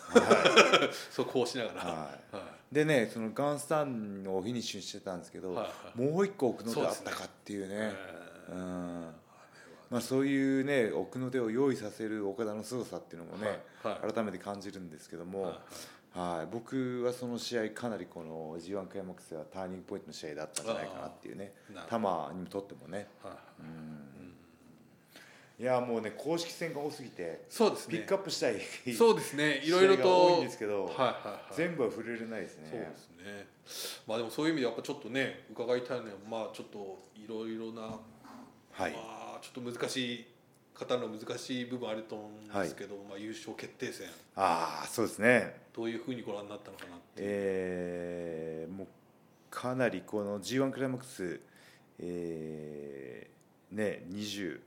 そうこうしながらい、ははいい、でねそのガンスタンをフィニッシュしてたんですけど、はいはいもう一個奥の手そうあでっすねたかっていうねえうーんまあ、そういうね奥の手を用意させる岡田の凄さっていうのもね、はい改めて感じるんですけども、はいはい僕はその試合かなりこの g 1開幕戦はターニングポイントの試合だったんじゃないかなっていうねなるほ球にもとってもね、どはいうん、いやもうね公式戦が多すぎてそうですピッねクアップしたい、そうですねいろいろ試合が多いとんですけど、はいはいはい全部は触れれないですねそうですね。まあでもそういう意味でやっぱちょっとね伺いたいのはまあちょっといろいろな、はいまあちょっと難しい方の難しい部分あると思うんですけど、まあ優勝決定戦ああそうですねどういうふうにご覧になったのかなっていう。えーもうかなりこの G1 クライマックス、えーね20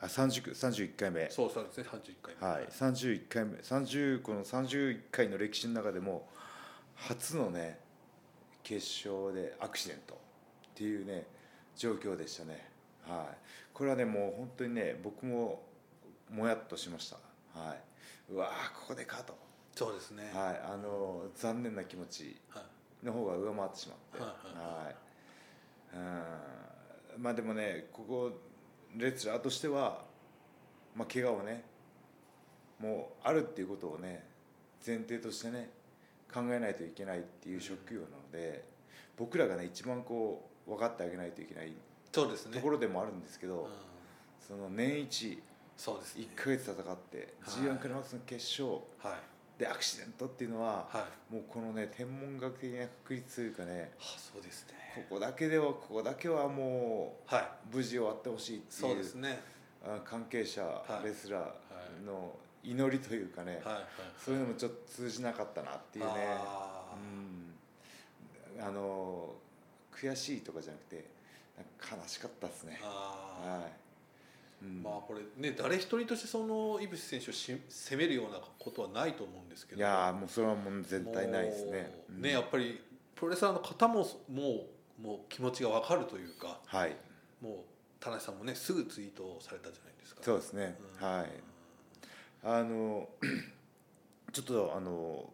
あ30 31回目そうそうですね三十一回目。はい、31回目30この31回の歴史の中でも初のね決勝でアクシデントっていうね状況でしたね、はい、これはねもう本当にね僕ももやっとしました、はい、うわーここでかと、そうですね。はい。はい、あの残念な気持ちの方が上回ってしまって、はいはいうんまあでもねここレッツラーとしては、まあ、怪我をねもうあるっていうことをね前提としてね考えないといけないっていう職業なので、僕らがね一番こう分かってあげないといけないそうですとね。ころでもあるんですけど、うんその年一そうですね1。ヶ月戦ってはい g 1クライマックスの決勝はいでアクシデントっていうのは、はい。あもうこのね天文学的な確率というかねそうですこね。こだけではここだけはもはい。う無事終わってほしいっていそううですね。あ関係者、いレスラーの祈りというかね、はいはい。そういうのもちょっと通じなかったなっていうねあうん、あの悔しいとかじゃなくてなんか悲しかったですねー。あー。はいうんまあこれね誰一人としてその井渕選手をし攻めるようなことはないと思うんですけどいやーもうそれはもう絶対ないですね。もううんねやっぱりプロレスラーの方ももうもう気持ちが分かるというかはい、もう田中さんもねすぐツイートをされたじゃないですかそうですね、うんはいあの ちょっとあの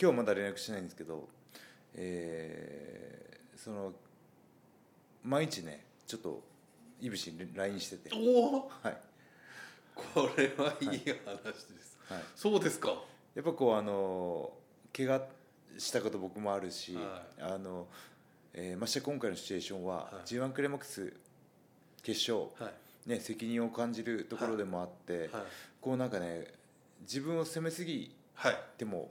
今日まだ連絡してないんですけど、えーその毎日ねちょっといぶしに LINE してて、はいおおはい、これはいい話です、そうですかやっぱこうあの怪我したこと僕もあるし、はあのえーまして今回のシチュエーションは、はい g 1クレマックス決勝、はいね、責任を感じるところでもあって、はいこうなんかね自分を責めすぎはいても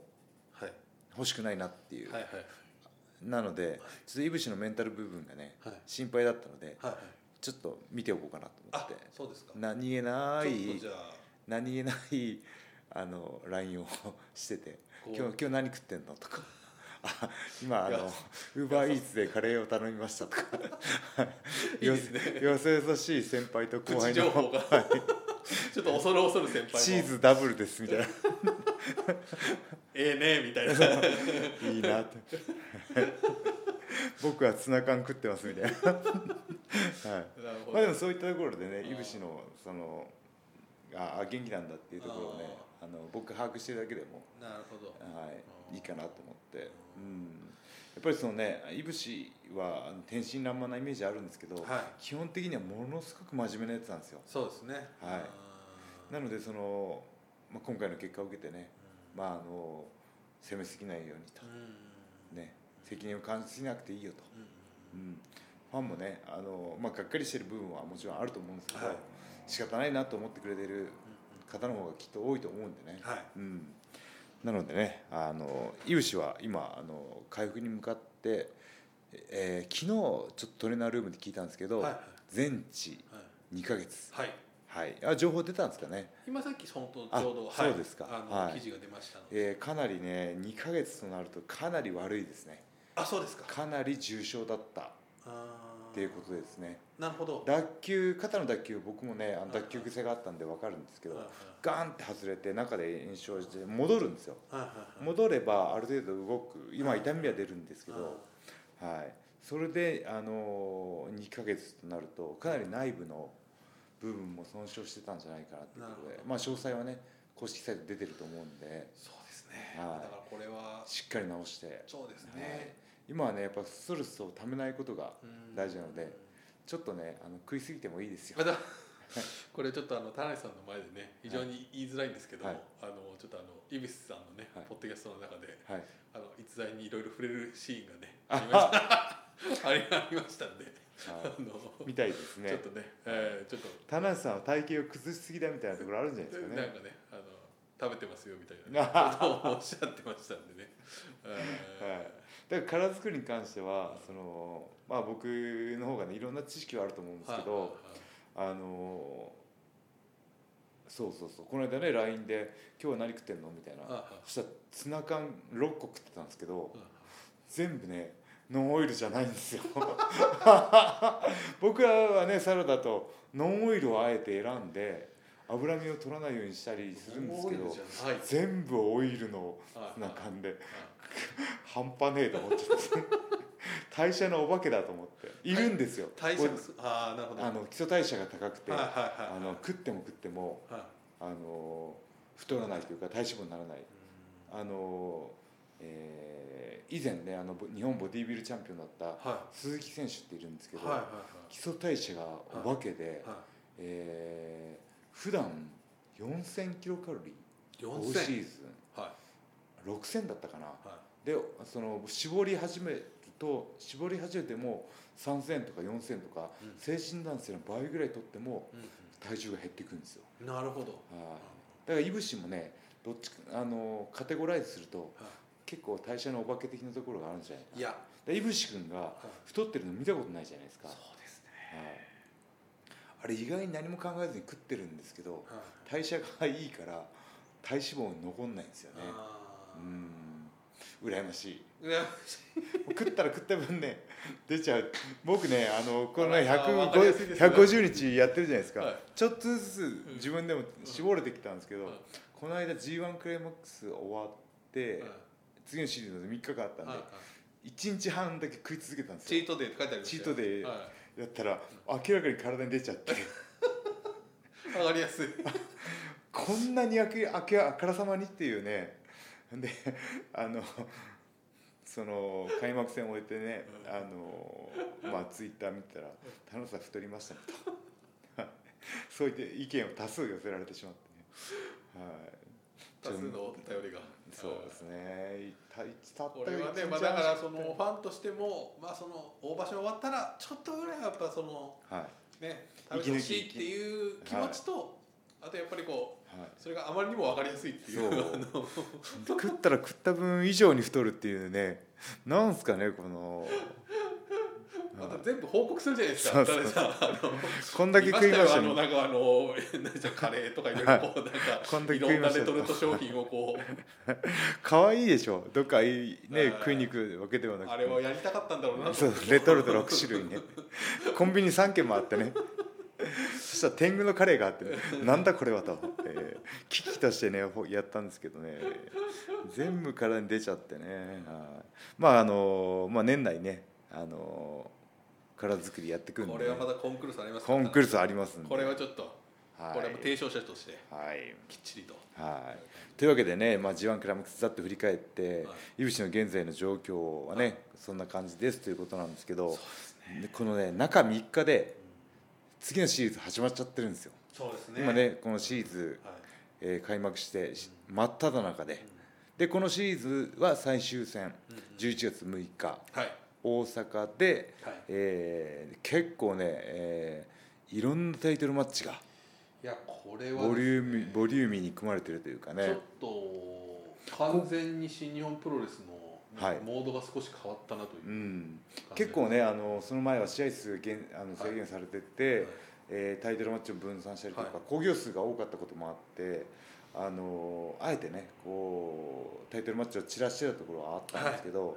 はい欲しくないなっていう。はいはいなのでちょっといぶしのメンタル部分がねはい心配だったのではいちょっと見ておこうかなと思あってそうですか何気なちょっといじゃあ何気ないあの LINE を しててこ「う今日今日何食ってんの?」とか「あ今あいのやウーバーイーツでカレーを頼みました」とかいいですねよそよそしい先輩と後プ輩チ情報のが、 ちょっと恐る恐る先輩もチーズダブルですみたいなええねみたいなは いいいなって 僕はツナ缶食ってますみたいなはいまあでもそういったところでねあーいぶしのそのああ元気なんだっていうところをねあの僕把握してるだけでも、なるほどはい、ーいいかなと思って、うん、やっぱりそのねいぶしはあの天真爛漫なイメージあるんですけど、はい基本的にはものすごく真面目なやつなんですよそうですねはいうなのでその、まあ、今回の結果を受けてねんまああの責めすぎないようにと、うんね、責任を感じなくていいよと、うんうん、ファンもねあの、まあ、がっかりしてる部分はもちろんあると思うんですけど、はい仕方ないなと思ってくれてるう方の方がきっと多いと思うんでね、んはいうん、なのでねあの有志は今あの回復に向かって、えー昨日ちょっとトレーナールームで聞いたんですけど、はい全治2ヶ月、はいはいはい、あ情報出たんですかね、今さっき本当あちょうどそうですかあの、はい記事が出ましたのでえーかなりね2ヶ月となるとかなり悪いですねあそうですかかなり重症だったっあーていうことですねなるほど脱臼肩の脱臼僕もねあのはい脱臼癖があったんで分かるんですけはいどガンって外れて中で炎症して戻るんですよはいはい戻ればある程度動く今痛みは出るんですけはいどはい、それで、あのー、2ヶ月となるとかなり内部の部分も損傷してたんじゃないかなということなるでほ、どまあ、詳細はね公式サイト出てると思うんでそうですね、はいだからこれはしっかり直してそうですはいね、今はねやっぱストレスをためないことがうん大事なのでちょっとねあの食い過ぎてもいいですよま。たこれちょっとあの田辺さんの前でね非常に言いづらいんですけども、はいあのちょっとあの井口さんのね、はいポッドキャストの中ではい、あの逸材にいろいろ触れるシーンがねあありました あれがありましたんで、あはのい、みたいですちょねっ。とね、えーちょっと、田中さんは体型を崩しすぎだみたいなところあるんじゃないですかなんね。かねあの食べてますよみたいな、 ね、ことをおっしゃってましたんでね、えだから体作りに関してはその、まあ、僕の方がねいろんな知識はあると思うんーですけど、あのーそうそうそうこの間ね LINE で「今日は何食ってんの?」みたいはいはいはいなはいそしたらツナ缶6個食ってたんですけどうん全部ねノンオイルじゃないんですよ 僕らはねサラダとノンオイルをあえて選んで脂身を取らないようにしたりするんですけ多どいじゃない全部オイルのはいツナ缶ではい半端ねえと思って代謝のお化けだと思っているんですよ代謝すああなるほどあの基礎代謝が高くてはいあはいはいの食っても食ってもはいあの太らないというか体脂肪にならないあの、えー以前ねあのぼ日本ボディービルチャンピオンだったはい鈴木選手っているんですけど、はいはい基礎代謝がお化けで、はいはえー普段4000キロカロリいー四今シ千ーズはン6000だったかないはでその絞り始めると絞り始めても3000とか4000とか、うん精神男性の倍ぐらい取ってもい、うん体重が減っていくんですよ。うん、なるほどはいだからいぶしもねどっちかあのカテゴライズするとは結構代謝のお化け的なところがあるんじゃないいいやでいぶし君がはい太ってるの見たことないじゃないですか、そはいうですねあれ意外に何も考えずに食ってるんですけどはい代謝がいいから体脂肪に残んないんですよねあうーん羨ましいーいや食ったら食った分ね 出ちゃう僕ねあのこのねあーわかりやすいですね150日やってるじゃないですか、はいちょっとずつ自分でも絞れてきたんですけど、はいこの間 g 1クライマックス終わって、次のシリーズで3日間あったんで、はいはい1日半だけ食い続けたんですチよートデーって書いてありましたよチートデーはやったら明らかに体に出ちゃってい、上がりやすいこんなにあけあけあからさまにっていうねであのその開幕戦を終えてねうんあのまあツイッター見てたら「田中さん太りましたね」と そう言って意見を多数寄せられてしまってねはい多数のお便りがそうですねたたったこれはね、一日まあ、だから半そのファンとしても、まあ、その大場所終わったらちょっとぐらいやっぱそのはいね食べてほしいっていう気持ちと、あとやっぱりこうはいそれがあまりにも分かりやすいっていうそうあ の食ったら食った分以上に太るっていうねなんすかねこのまた全部報告するじゃないですそかうそう誰さんあのこんだけ食いましたあのねなんかあの 何でしょうカレーとかいろいろこうなんこんだかけいろ食いんまなしたレよトルト商品 をこう可愛いでしょどっかいいねはい食いに行くわけではなくてあれをやりたかったんだろうなとそうレトルト6種類ねコンビニ3軒もあってねそしたら天狗のカレーがあって、ね、なんだこれはと、えー、危機としてねほやったんですけどね全部体に出ちゃってねはいまああのまあ年内ねあの体作りやってくんでね、これはまだコンクルールされますかコらンクルースありますんでこれはちょっとはいこれはもう提唱者としてはいきっちりとはい、というわけでね、まあ、g 1クライマックスざっと振り返って、、はいぶしの現在の状況はね、そんな感じですということなんですけどでこのね中3日で次のシリーズ始まっちゃってるんですよ、そうです今ねこのシリーズ、はいえー開幕してし真っ只中で、でこのシリーズは最終戦うんうん11月6日はい大阪で、はいえー結構ね、えーいろんなタイトルマッチがいやこれはですねボリューミーボリューミーに組まれてるというかちょねっと完全に新日本プロレスの、はい、モードが少し変わったなといううん感じ結構ねあのその前は試合数減あのはい制限されてはて、いえータイトルマッチを分散したりとかはい興行、数が多かったこともあってあのあえてねこうタイトルマッチを散らしてたところはあったんですけど、はい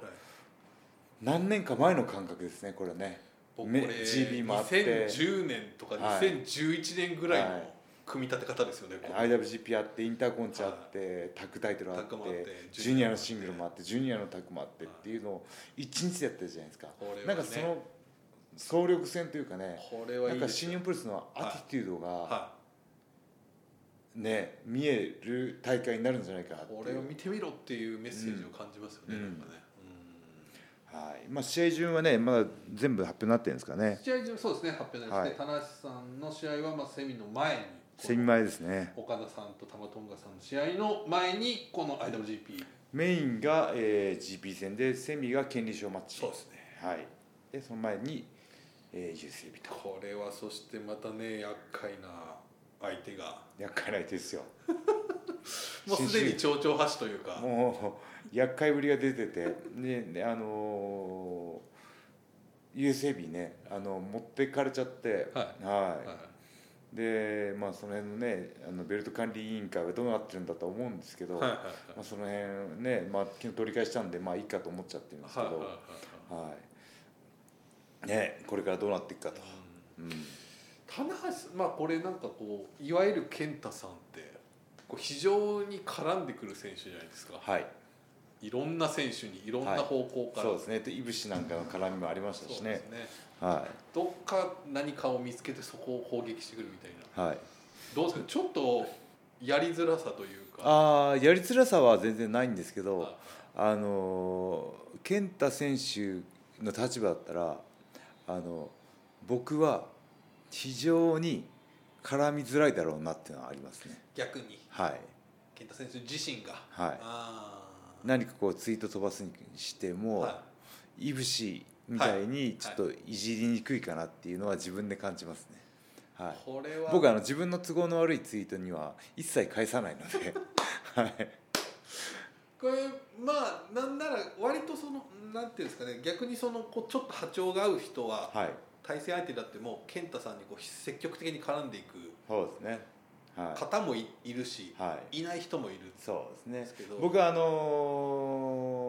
何年か前の感覚ですねこれね僕めこれ GB もあって2010年とかはい2011年ぐらいはのい組み立て方ですよね、これ IWGP あってインターコンチあってタッグタイトルあっタッグもあっててジュニアのシングルもあってジュニアのタッグもあってっはいていうのを一日でやってるじゃないですかこれはねなんかその総力戦というかねこれはないんいかです新よ日本プロレスのアティテュードがはね見える大会になるんじゃないかなっい、ていこうれを見てみろっていうメッセージを感じますようね、んなんかね、はいまあ、試合順はねまだ全部発表になってるんですかうんね試合中そうですね発表になりまして、田無さんの試合はまあセミの前にセミ前ですね岡田さんと玉トンガさんの試合の前にこの IWGP メインが、えー GP 戦でセミが権利賞マッチすねはい、でその前に、えー、優勢日とこれはそしてまたね厄介な相手が厄介な相手ですよもうすでに新丁々発というかもう厄介ぶりが出ててでであのー、優勢日ねあの持ってかれちゃってははいはでまあその辺のねあのベルト管理委員会はどうなってるんだとは思うんですけいど、はいはいまあ、その辺ね、まあ、昨日取り返したんでまあいいかと思っちゃってるんですけはいはいど、ははいね、これからどうなっていくかいと、うんうん棚橋まあこれなんかこういわゆる健太さんってこう非常に絡んでくる選手じゃないですかはい、いろんな選手にいろんなはい方向から、そうですねでいぶしなんかの絡みもありましたしそうでねすねは、どっか何かを見つけてそこを攻撃してくるみたいないはい、どうですかちょっとやりづらさというかああやりづらさは全然ないんですけどああのー健太選手の立場だったらあの僕は非常に絡みづらいだろうなっていうのはありますね逆にはい健太選手自身が、はいあー何かこうツイート飛ばすにしても、はいぶしみたいにちょっといじりにくいかなっていうのは自分で感じますね、はいい、これは僕はあの自分の都合の悪いツイートには一切返さないのではいこれまあなんなら割とそのなんていうんですかね逆にそのこうちょっと波長が合う人ははい対戦相手だってもう健太さんにこう積極的に絡んでいくそうですねは方もいいるい、しはい、いない人もいるんそうでですすねけど僕はあのー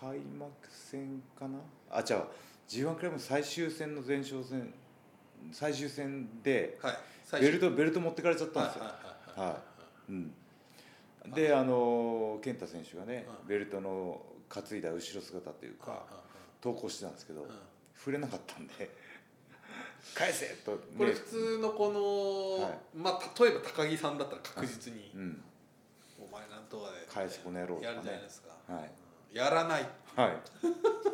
開幕戦かなあ違う g 1クライム最終戦の前哨戦最終戦ではい最ベル初トベルト持ってかれちゃったんですよ、はいはいはいはいはうん、であのー健太選手がねうんベルトの担いだ後ろ姿というか投稿してたんですけどはいはいはい触れなかったん で「返せ!」と、ねうんこれ普通のこの、はいまあ例えば高木さんだったら確実にうん「お前なんとかで」返せこの野郎とかやねるじゃないですか、はいうんやらないはい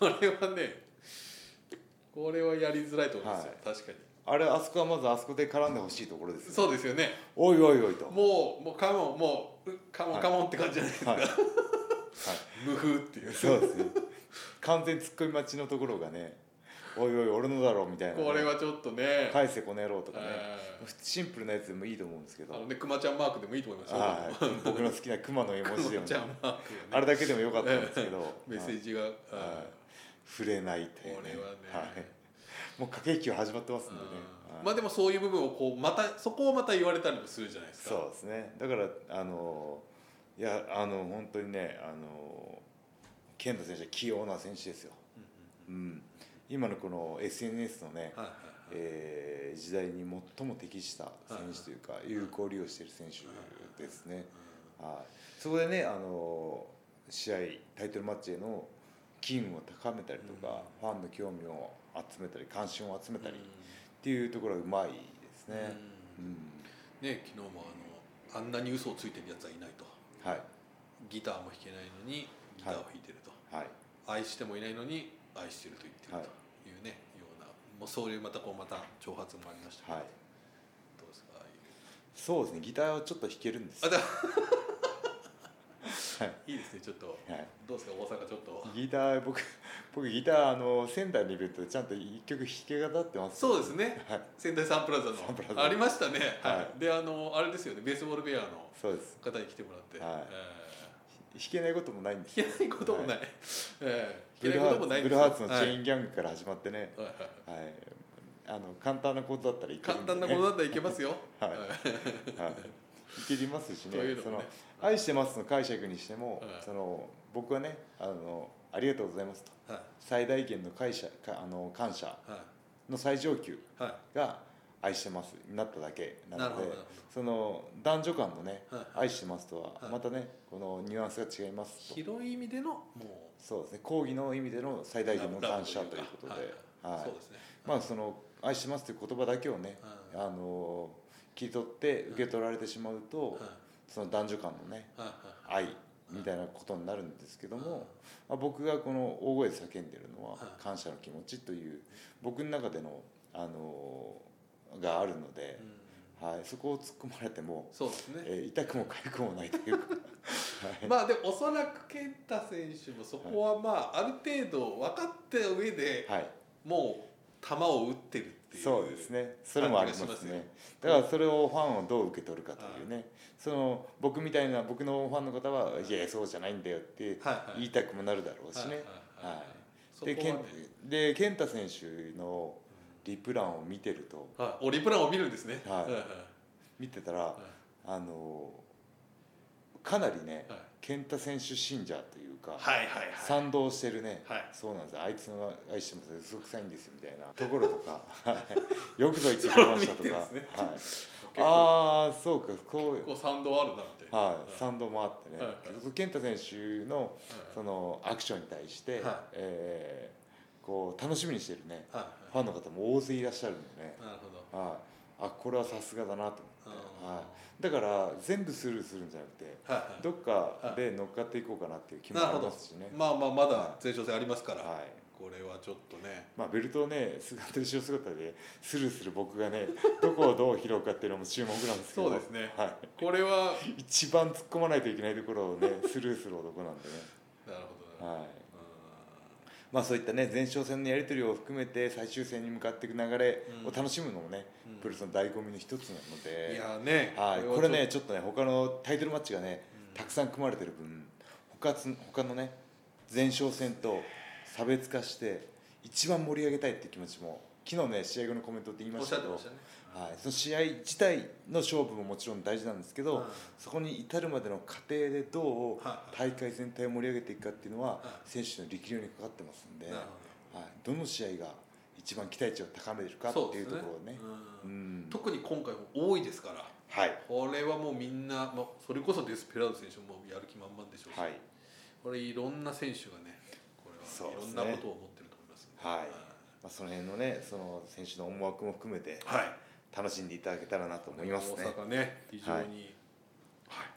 これはねこれはやりづらいと思いますよ、はい確かにあれあそこはまずあそこで絡んでほしいところですよそうですよねおいおいおいと、はい、もうもうカモンもううカモンカモンって感じじゃないですか、はい無風っていうそうですね完全ツッコミ待ちのところがね「おいおい俺のだろ」みたいなね、これはちょっとね、返せこの野郎」とかねえシンプルなやつでもいいと思うんですけーあのどね、クマちゃんマークでもいいと思いますよ。はい僕の好きな熊の絵文字でクもマちゃんマークあよね。れだけでもよかったんですけどメッセージが、あ触れないといーうこれはね、はい、もう駆け引きは始まってますんでねうん、はいまあでもそういう部分をこうまたそこをまた言われたりもするじゃないですか。そうですねだからあのいやあの本当にねあの健太選手は器用な選手ですよ、うんうん、今のこの SNS のね、うんはいはいはいえー時代に最も適した選手というか、有効利用している選手ですね、はい、そこでねあの試合タイトルマッチへの機運を高めたりとか、ファンの興味を集めたり関心を集めたりっていうところがうまいですうんね、ううんんね昨日もあのあんなに嘘をついてるやつはいないと。はいギターも弾けないのにギターを弾いてると。はい愛してもいないのに愛してると言ってるはいというね、ようなもうそういうまたこうまた挑発もありましたけど、はいどうですかああいう そうですねギターはちょっと弾けるんですあだいいですねちょっとはいどうですか大阪ちょっとギター僕 僕ギターあの仙台にいるとちゃんと一曲弾き語ってますそうですねはい仙台サンプラザのサンプラザありましたね、はいはい、であのあれですよねベースボールベアのそうです方に来てもらって、はいえ弾けないこともないんですー弾けないこともない、えーブ弾けルーなハいこともないーツブんですルーハーツのチェン、ーンギャングから始まってね、はいはいはいはいあの簡単なことだったらいけ簡るんで単ねなことだったらいけますよ、はいはいはい、いけりますしねというそのものね「愛してます」の解釈にしても、はいその僕はねあの「ありがとうございます」とはい最大限の感謝かあの感謝はの最上級いはが「愛してます」になっただけいなるのほでどなるその男女間のねほど、はい「愛してます」とははいまたねこのニュアンスが違いますと広い意味でのもそうですね講義の意味での最う大限の感謝ラブということかで、はいはいそうですねまあその「愛してます」という言葉だけをねうんあの切り取って受け取られてしまうとはいその男女間のねはい愛みたいなことになるんですけどはいも、まあ、僕がこの大声で叫んでるのははい感謝の気持ちという僕の中での、あのーがあるのでう、んはい、そこを突っ込まれても、そうですねえー痛くも痒くもないという か、はいまあでもおそらく健太選手もそこはまあある程度分かった上ではい、もう球を打ってるっていうそうですねそれもありますね感じがしだからそれをファンをどう受け取るかというね、その僕みたいな僕のファンの方は「いやそうじゃないんだよ」ってはいはい言いたくもなるだろうしね。はいはいはいでそこけはんねで健太選手のリプランを見てるとはいオリプランを見るんですねはいはいはい見てたらあのかなりね健太選手信者というか、はいはいはい賛同してるね、はいそうなんですあいつの愛してますすごく臭いんですよみたいなところとかはいよくぞ言ってくれましたとか、そはれを 見てるんですねい、結構ああそうかこ結う構賛同あるなってはい、賛同もあってね、はい健太選手のそはいのアクションに対して、はいえーこう楽しみにしてるねはファンの方も大勢いらっしゃるんでね、いなるほどはい、あこれはさすがだなと思って、うんはい、だから全部スルーするんじゃなくてはいはいどっかで乗っかっていこうかなっていう気もありますしね、まあまあまだ前哨戦ありますからはいこれはちょっとねまあ、ベルトをね姿と後ろ姿でスルーする僕がねどこをどう拾うかっていうのも注目なんですけどそうですねはこれはい、一番突っ込まないといけないところを ねスルーする男なんでね、なるほどなはいうんまあ、そういったね前哨戦のやり取りを含めて最終戦に向かっていく流れを楽しむのもね、うんプロレスの醍醐味の一つなので。いやねはい、はこれねちょっとね他のタイトルマッチがね、うんたくさん組まれてる分他つ他のね前哨戦と差別化して一番盛り上げたいって気持ちも昨日ね試合後のコメントで言いちょっとまおっししゃたっけどてましたねはい、その試合自体の勝負ももちろん大事なんですけど、うんそこに至るまでの過程でどうはい大会全体を盛り上げていくかっていうのははい選手の力量にかかってますんで、なるはほい、どの試合が一番期待値を高めるかどってそういでうすところをねううんん特に今回も多いですからはいこれはもうみんな、まあ、それこそデスペラード選手もやる気満々でしょうし、はいこれいろんな選手がねこれそうはでいろすんねなことを思ってると思いますんではいまあ、その辺のねその選手の思惑も含めてはい楽しんでいただけたらなと思いますね大阪ね非常に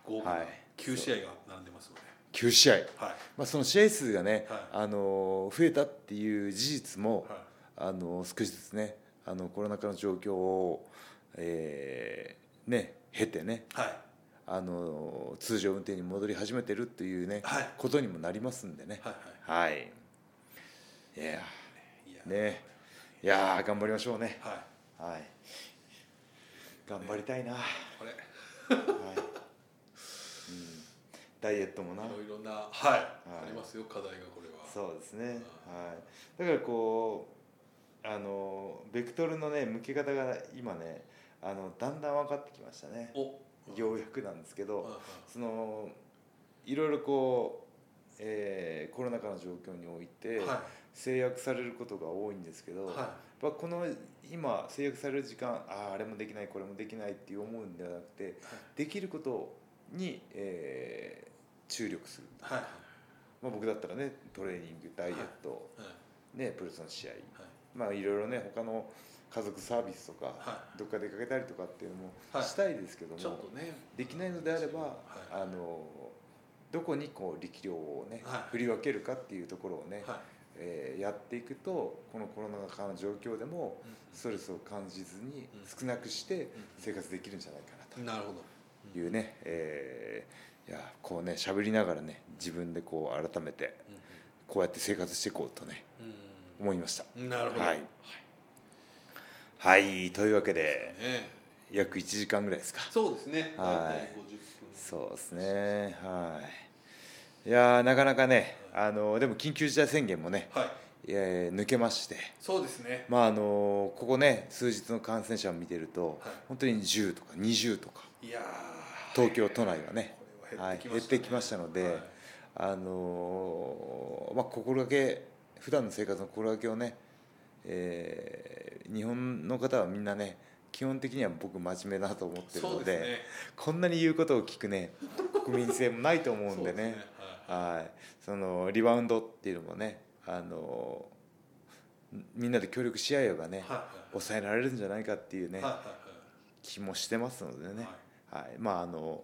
豪華はない9試合が並んでますので、 9試合、はいまあ、その試合数がね、はいあのー増えたっていう事実も、はあのー少しずつねあのコロナ禍の状況を、えーね経てねいはいあのー通常運転に戻り始めてるっていうね、はいことにもなりますんでねははい、い、やいはいーねいやー頑張りましょうねはいはい頑張りたいな、これはいうん、ダイエットもないろいろなはい、いありますよ課題がこれはそうですね、はい、だからこうあのベクトルのね向け方が今ねあのだんだん分かってきましたねおようやくなんですけうんどうんそのいろいろこう、えーコロナ禍の状況において、はい制約されることが多いんですけど、はまあこの今制約される時間あああれもできないこれもできないって思うんではなくてできることに、えー注力する、いはいはいまあ、僕だったらねトレーニングダイエット、はいね、プロレスの試合はいまあいろいろね他の家族サービスとか、はどっか出かけたりとかっていうのもはいしたいですけども、ちょっとねできないのであれば、はいあのどこにこう力量をね、はい振り分けるかっていうところをね、はいえーやっていくとこのコロナ禍の状況でもうんストレスを感じずにうん少なくして生活できるんじゃないかななるほどというね、えーいやこうね喋りながらね自分でこう改めてこうやって生活していこうとねう思いましたん、うん、なるほど、はいはいというわけでね、約1時間ぐらいですかそうですねはい大体50分そうですねはいいやーなかなかねあのでも緊急事態宣言もねはいえー抜けましてそうですねまああのここね数日の感染者を見てるとはい本当に10とか20とかいやー東京都内はねこれははい減減っってきましたねてきましたので、はいあのーまあ、心がけ普段の生活の心がけをね、えー日本の方はみんなね基本的には僕真面目だと思ってるそのうでですねこんなに言うことを聞くね国民性もないと思うんでねそうですはいはい、そのリバウンドっていうのもね、あのーみんなで協力し合えばね、はいはい抑えられるんじゃないかっていうね、はいは気もしてますのでねいはい、ははいい、まああの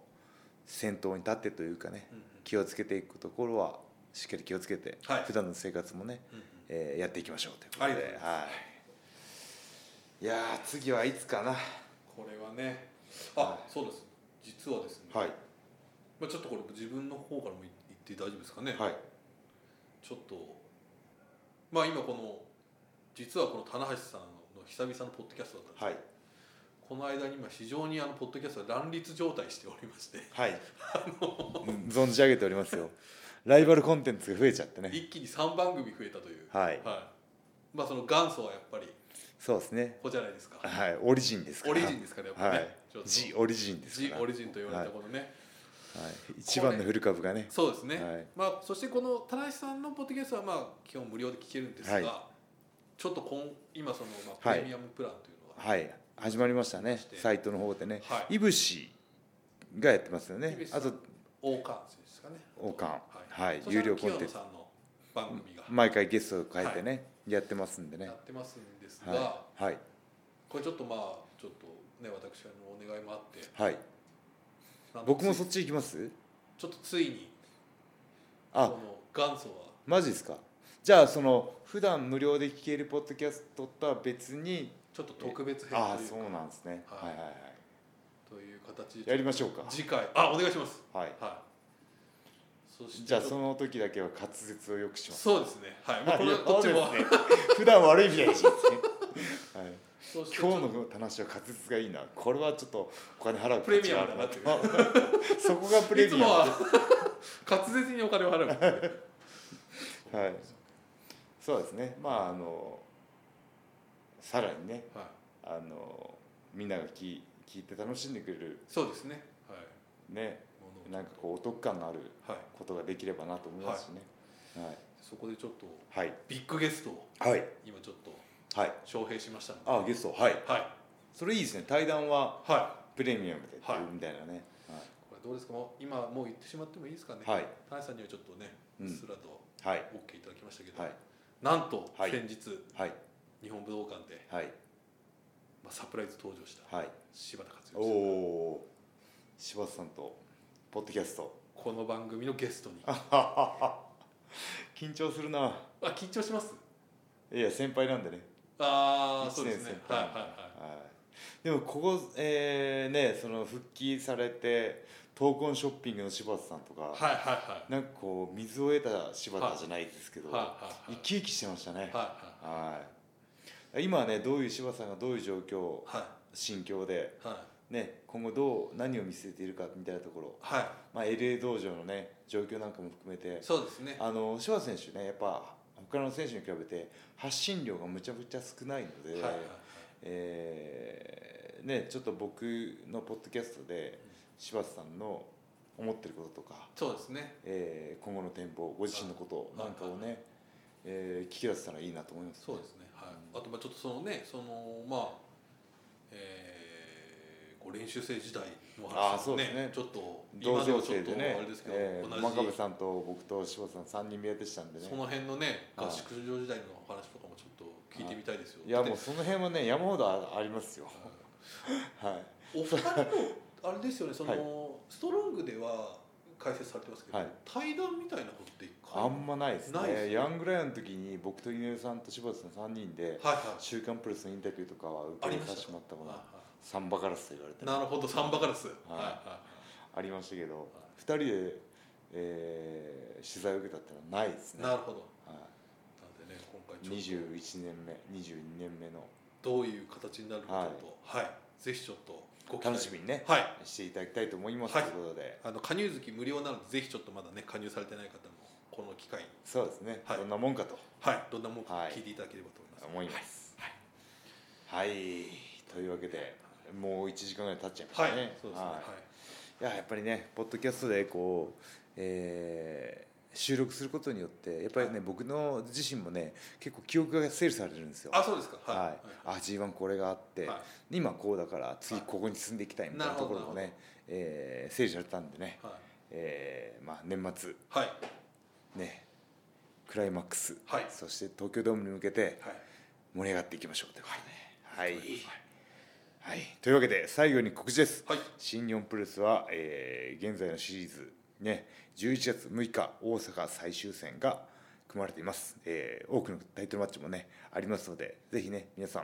先頭に立ってというかね、うんうん気をつけていくところはしっかり気をつけて、はい普段の生活もね、うんうんえーやっていきましょうということで、ありがとうございはいいやー次はいつかなこれはねあそうです実はですね、はいまあ、ちょっとこれ自分の方からも言って大丈夫ですかね、はいちょっとまあ今この実はこの棚橋さんの久々のポッドキャストだったんですけど、はいこの間に今非常にあのポッドキャストが乱立状態しておりまして はいうん存じ上げておりますよライバルコンテンツが増えちゃってね一気に3番組増えたというはいまあその元祖はやっぱりそうですねここじゃないですかはいオリジンですかオらリジンですかねやっぱりはね、いちょっとジオリジンですジからオリジンと言われたこのね、はい、一番の古株がねそうですね、はいまあそしてこの棚橋さんのポッドキャストはまあ基本無料で聞けるんですが、はいちょっとこん今そのまあはプいレミアムプランというのは、はい始まりましたねしてサイトの方でねはいいぶしがやってますよいねぶしさあんと王冠ですかね王冠はい、はいそしてあの有料コンテンツ清野さんの番組が毎回ゲストを変えてねやってますんでねやってますんですが、はいはいこれちょっとまあちょっとね私からのお願いもあってはいなんと僕もついそっち行きますちょっとついにあこの元祖はマジですかじゃあその普段無料で聞けるポッドキャストとは別にちょっと特別編ああというそうなんですねははいいはいはいという形でやりましょうか次回あお願いしますはいはいそしてじゃあその時だけは滑舌をよくしますそうですねはい、まあ、これいはやこっちもそう ですね普段悪いみたいですねはいそしてちょ今っ日の話は滑舌がいいなこれはちょっとお金払うプレミアムだなっていう価値があるなと そこがプとレミいつアもムはは 滑舌にお金 を払うっていういそうですねまああのさらにねはい、あのみんなが聞聞いて楽しんでくれるそうですねはいねものなんかこうお得感のあるはいことができればなと思いますしねそこでちょっとはいビッグゲストをはいはい、今ちょっとはい、招聘しましたのであゲストはいはいそれいいですね対談ははいプレミアムではいみたいなねこれどうですかもう今もう言ってしまってもいいですかね、はい田中さんにはちょっとねううんっすらとはい OK いただきましたけど、はいなんとはい先日、はい日本武道館で、はいまあ、サプライズ登場したはい柴田勝お義さんおー柴田さんとポッドキャストこの番組のゲストにあ緊張するな緊張しますいや先輩なんでねああ一そう年です先ねはい輩はなんではいでもここ、えーねその復帰されて闘魂ショッピングの柴田さんとか、いはいはいはなんかこう水を得た柴田じゃないですけいど、はいはいはい生き生きしてましたね、ははい今はねどういう柴田さんがどういう状況いはい心境で、はいね、今後どう何を見据えているかみたいなところ、はいまあ、LA 道場のね状況なんかも含めてそうですねあの柴田選手ねやっぱ他の選手に比べて発信量がむちゃくちゃ少ないのはで、いはいはいえーね、ちょっと僕のポッドキャストで柴田さんの思ってることとか、そうですねえー今後の展望ご自身のことなんかをはいはいはね、えー聞き出せたらいいなと思います、そうですね、はい、あとまあちょっとそのねそのまあえー、こう練習生時代のあー話そうですねちょっと同今で情はちょ生っとであねれですけど、えー同真じ、壁さんと僕と柴田さん3人目でしたんでねその辺のねはい合宿場時代のお話とかもちょっと聞いてみたいですよ、いやでもうその辺はね山ほどあありますよはいお二人のあれですよねその、はいストロングでは解説されてますけど、はい対談みたいなことって一回あんまないですねないですねヤングライオンの時に僕と井上さんと柴田さん3人ではいはい週刊プレスのインタビューとかはあ受りけまさせしてたもらったものはサンバガラスと言われていねなるほどサンバガラス、はいいはいはいありましたけど2人で、えー取材を受けたってのはないですね、なるほどはなんでね今回い、ちょっと21年目22年目のどういう形になるのかちょっとはい、ぜひちょっとご期楽待しみにねはいしていただきたいと思います、はいということであの加入月無料なのでぜひちょっとまだね加入されてない方もこの機会にそうですね、はいどんなもんかとはいどんなもんかはい聞いていただければと思います、思いますはい、というわけでもう1時間ぐらい経っちゃいましたはい、ね、そうですね、はいはいいややっぱりねポッドキャストでこう、えー収録することによってやっぱりね、は僕の自身もね結構記憶が整理されるんですよあそうですかはい、はい、あ G1 これがあって、はい今こうだから次ここに進んでいきたいみたいななるとこほどろもなるね、えー整理されたんでね、はえーまあ、年末いはいねクライマックス、はいそして東京ドームに向けてはい盛り上がっていきましょうということでね、はいはいはい、というわけで最後に告知です、はい新日本プロレスは、えー現在のシリーズ、ね、11月6日大阪最終戦が組まれています、えー多くのタイトルマッチもねありますのでぜひね皆さん、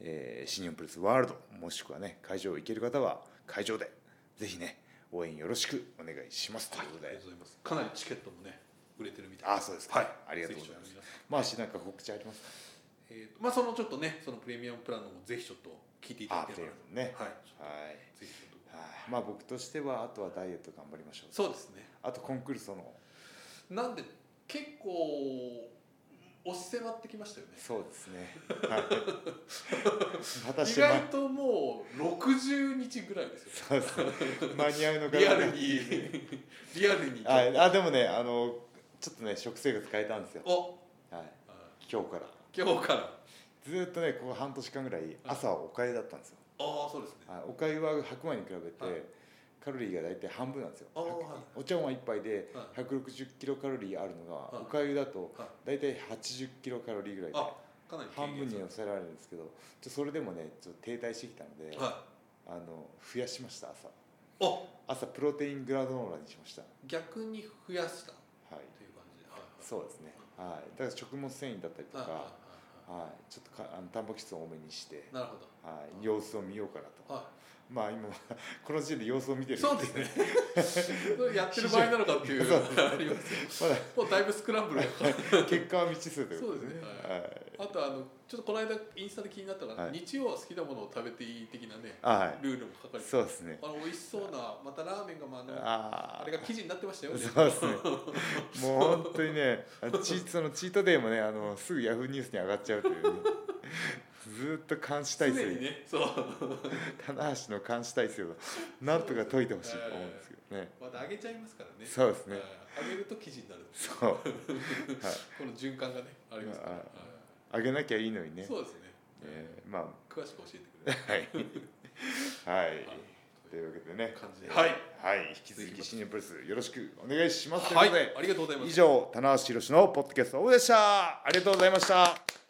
えー新日本プロレスワールドもしくはね会場行ける方は会場でぜひね応援よろしくお願いしますということで、ありがとうございますかなりチケットもね売れてるみたいあそうですかはいありがとうございますぜひちょっと皆さんまあしなんか告知ありますかえーとまあそのちょっとねそのプレミアムプランのもぜひちょっと聞いていただければあプレミアムねはいはいぜひちょっとはいまあ僕としてはあとはダイエット頑張りましょうそうですねあとコンクルソのなんで結構押し迫ってきましたよねそうです ねはい果たし意て、ま、外ともう60日ぐらいですよそうです ね間に合うのかリアルにリアルにはいあでもねあのちょっとね食生活変えたんですよ、おはい、あ今日から今日からずーっとねここ半年間ぐらい朝はおかゆだったんですよ、ああそうですねはい、おかゆは白米に比べて、はいカロリーが大体半分なんですよあーはいお茶碗一杯では160キロカロリーあるのが、はいおかゆだとは大体80キロカロリーぐらいであかなり半分には抑えられるんですけどちょそれでもねちょっと停滞してきたので、いあの増やしました朝お朝プロテイングラドーラにしました逆に増やしたはいという感じではいはいそうですねはいだから食物繊維だったりとはいはいかはいちょっとかあのタンパク質を多めにしてはいなるほはい様子を見ようかなとどはまあ今 この時点で様子を見ているそうですね それやってる場合なのかってい うそうありますよまだもうだいぶスクラ ンブルが結果は未知数ということですねそうですねははいあとあのちょっとこの間インスタで気になったのが、はい日曜は好きなものを食べていい的なねあはいルールも書かれてそうですねあの美味しそうなまたラーメンがまああのあああれが記事になってましたよねそうですね もう本当にねあのチーそのチートデイもねあのすぐヤフーニュースに上がっちゃうという、ね、 ずーっと監視体常制にねそう棚橋の監視体制をなんとか解いてほしいと思うんですけどね またあげちゃいますからねそうですねはいあげると記事になるそうはいこの循環がねありますから、まはいあげなきゃいいのにねそうですね、えーまあ詳しく教えてくれるはいはいはいというわけでね感じではいはい引き続き新日本プロレスよろしくお願いしますというはことで、いありがとうございます以上棚橋宏のポッドキャストオフでしたありがとうございました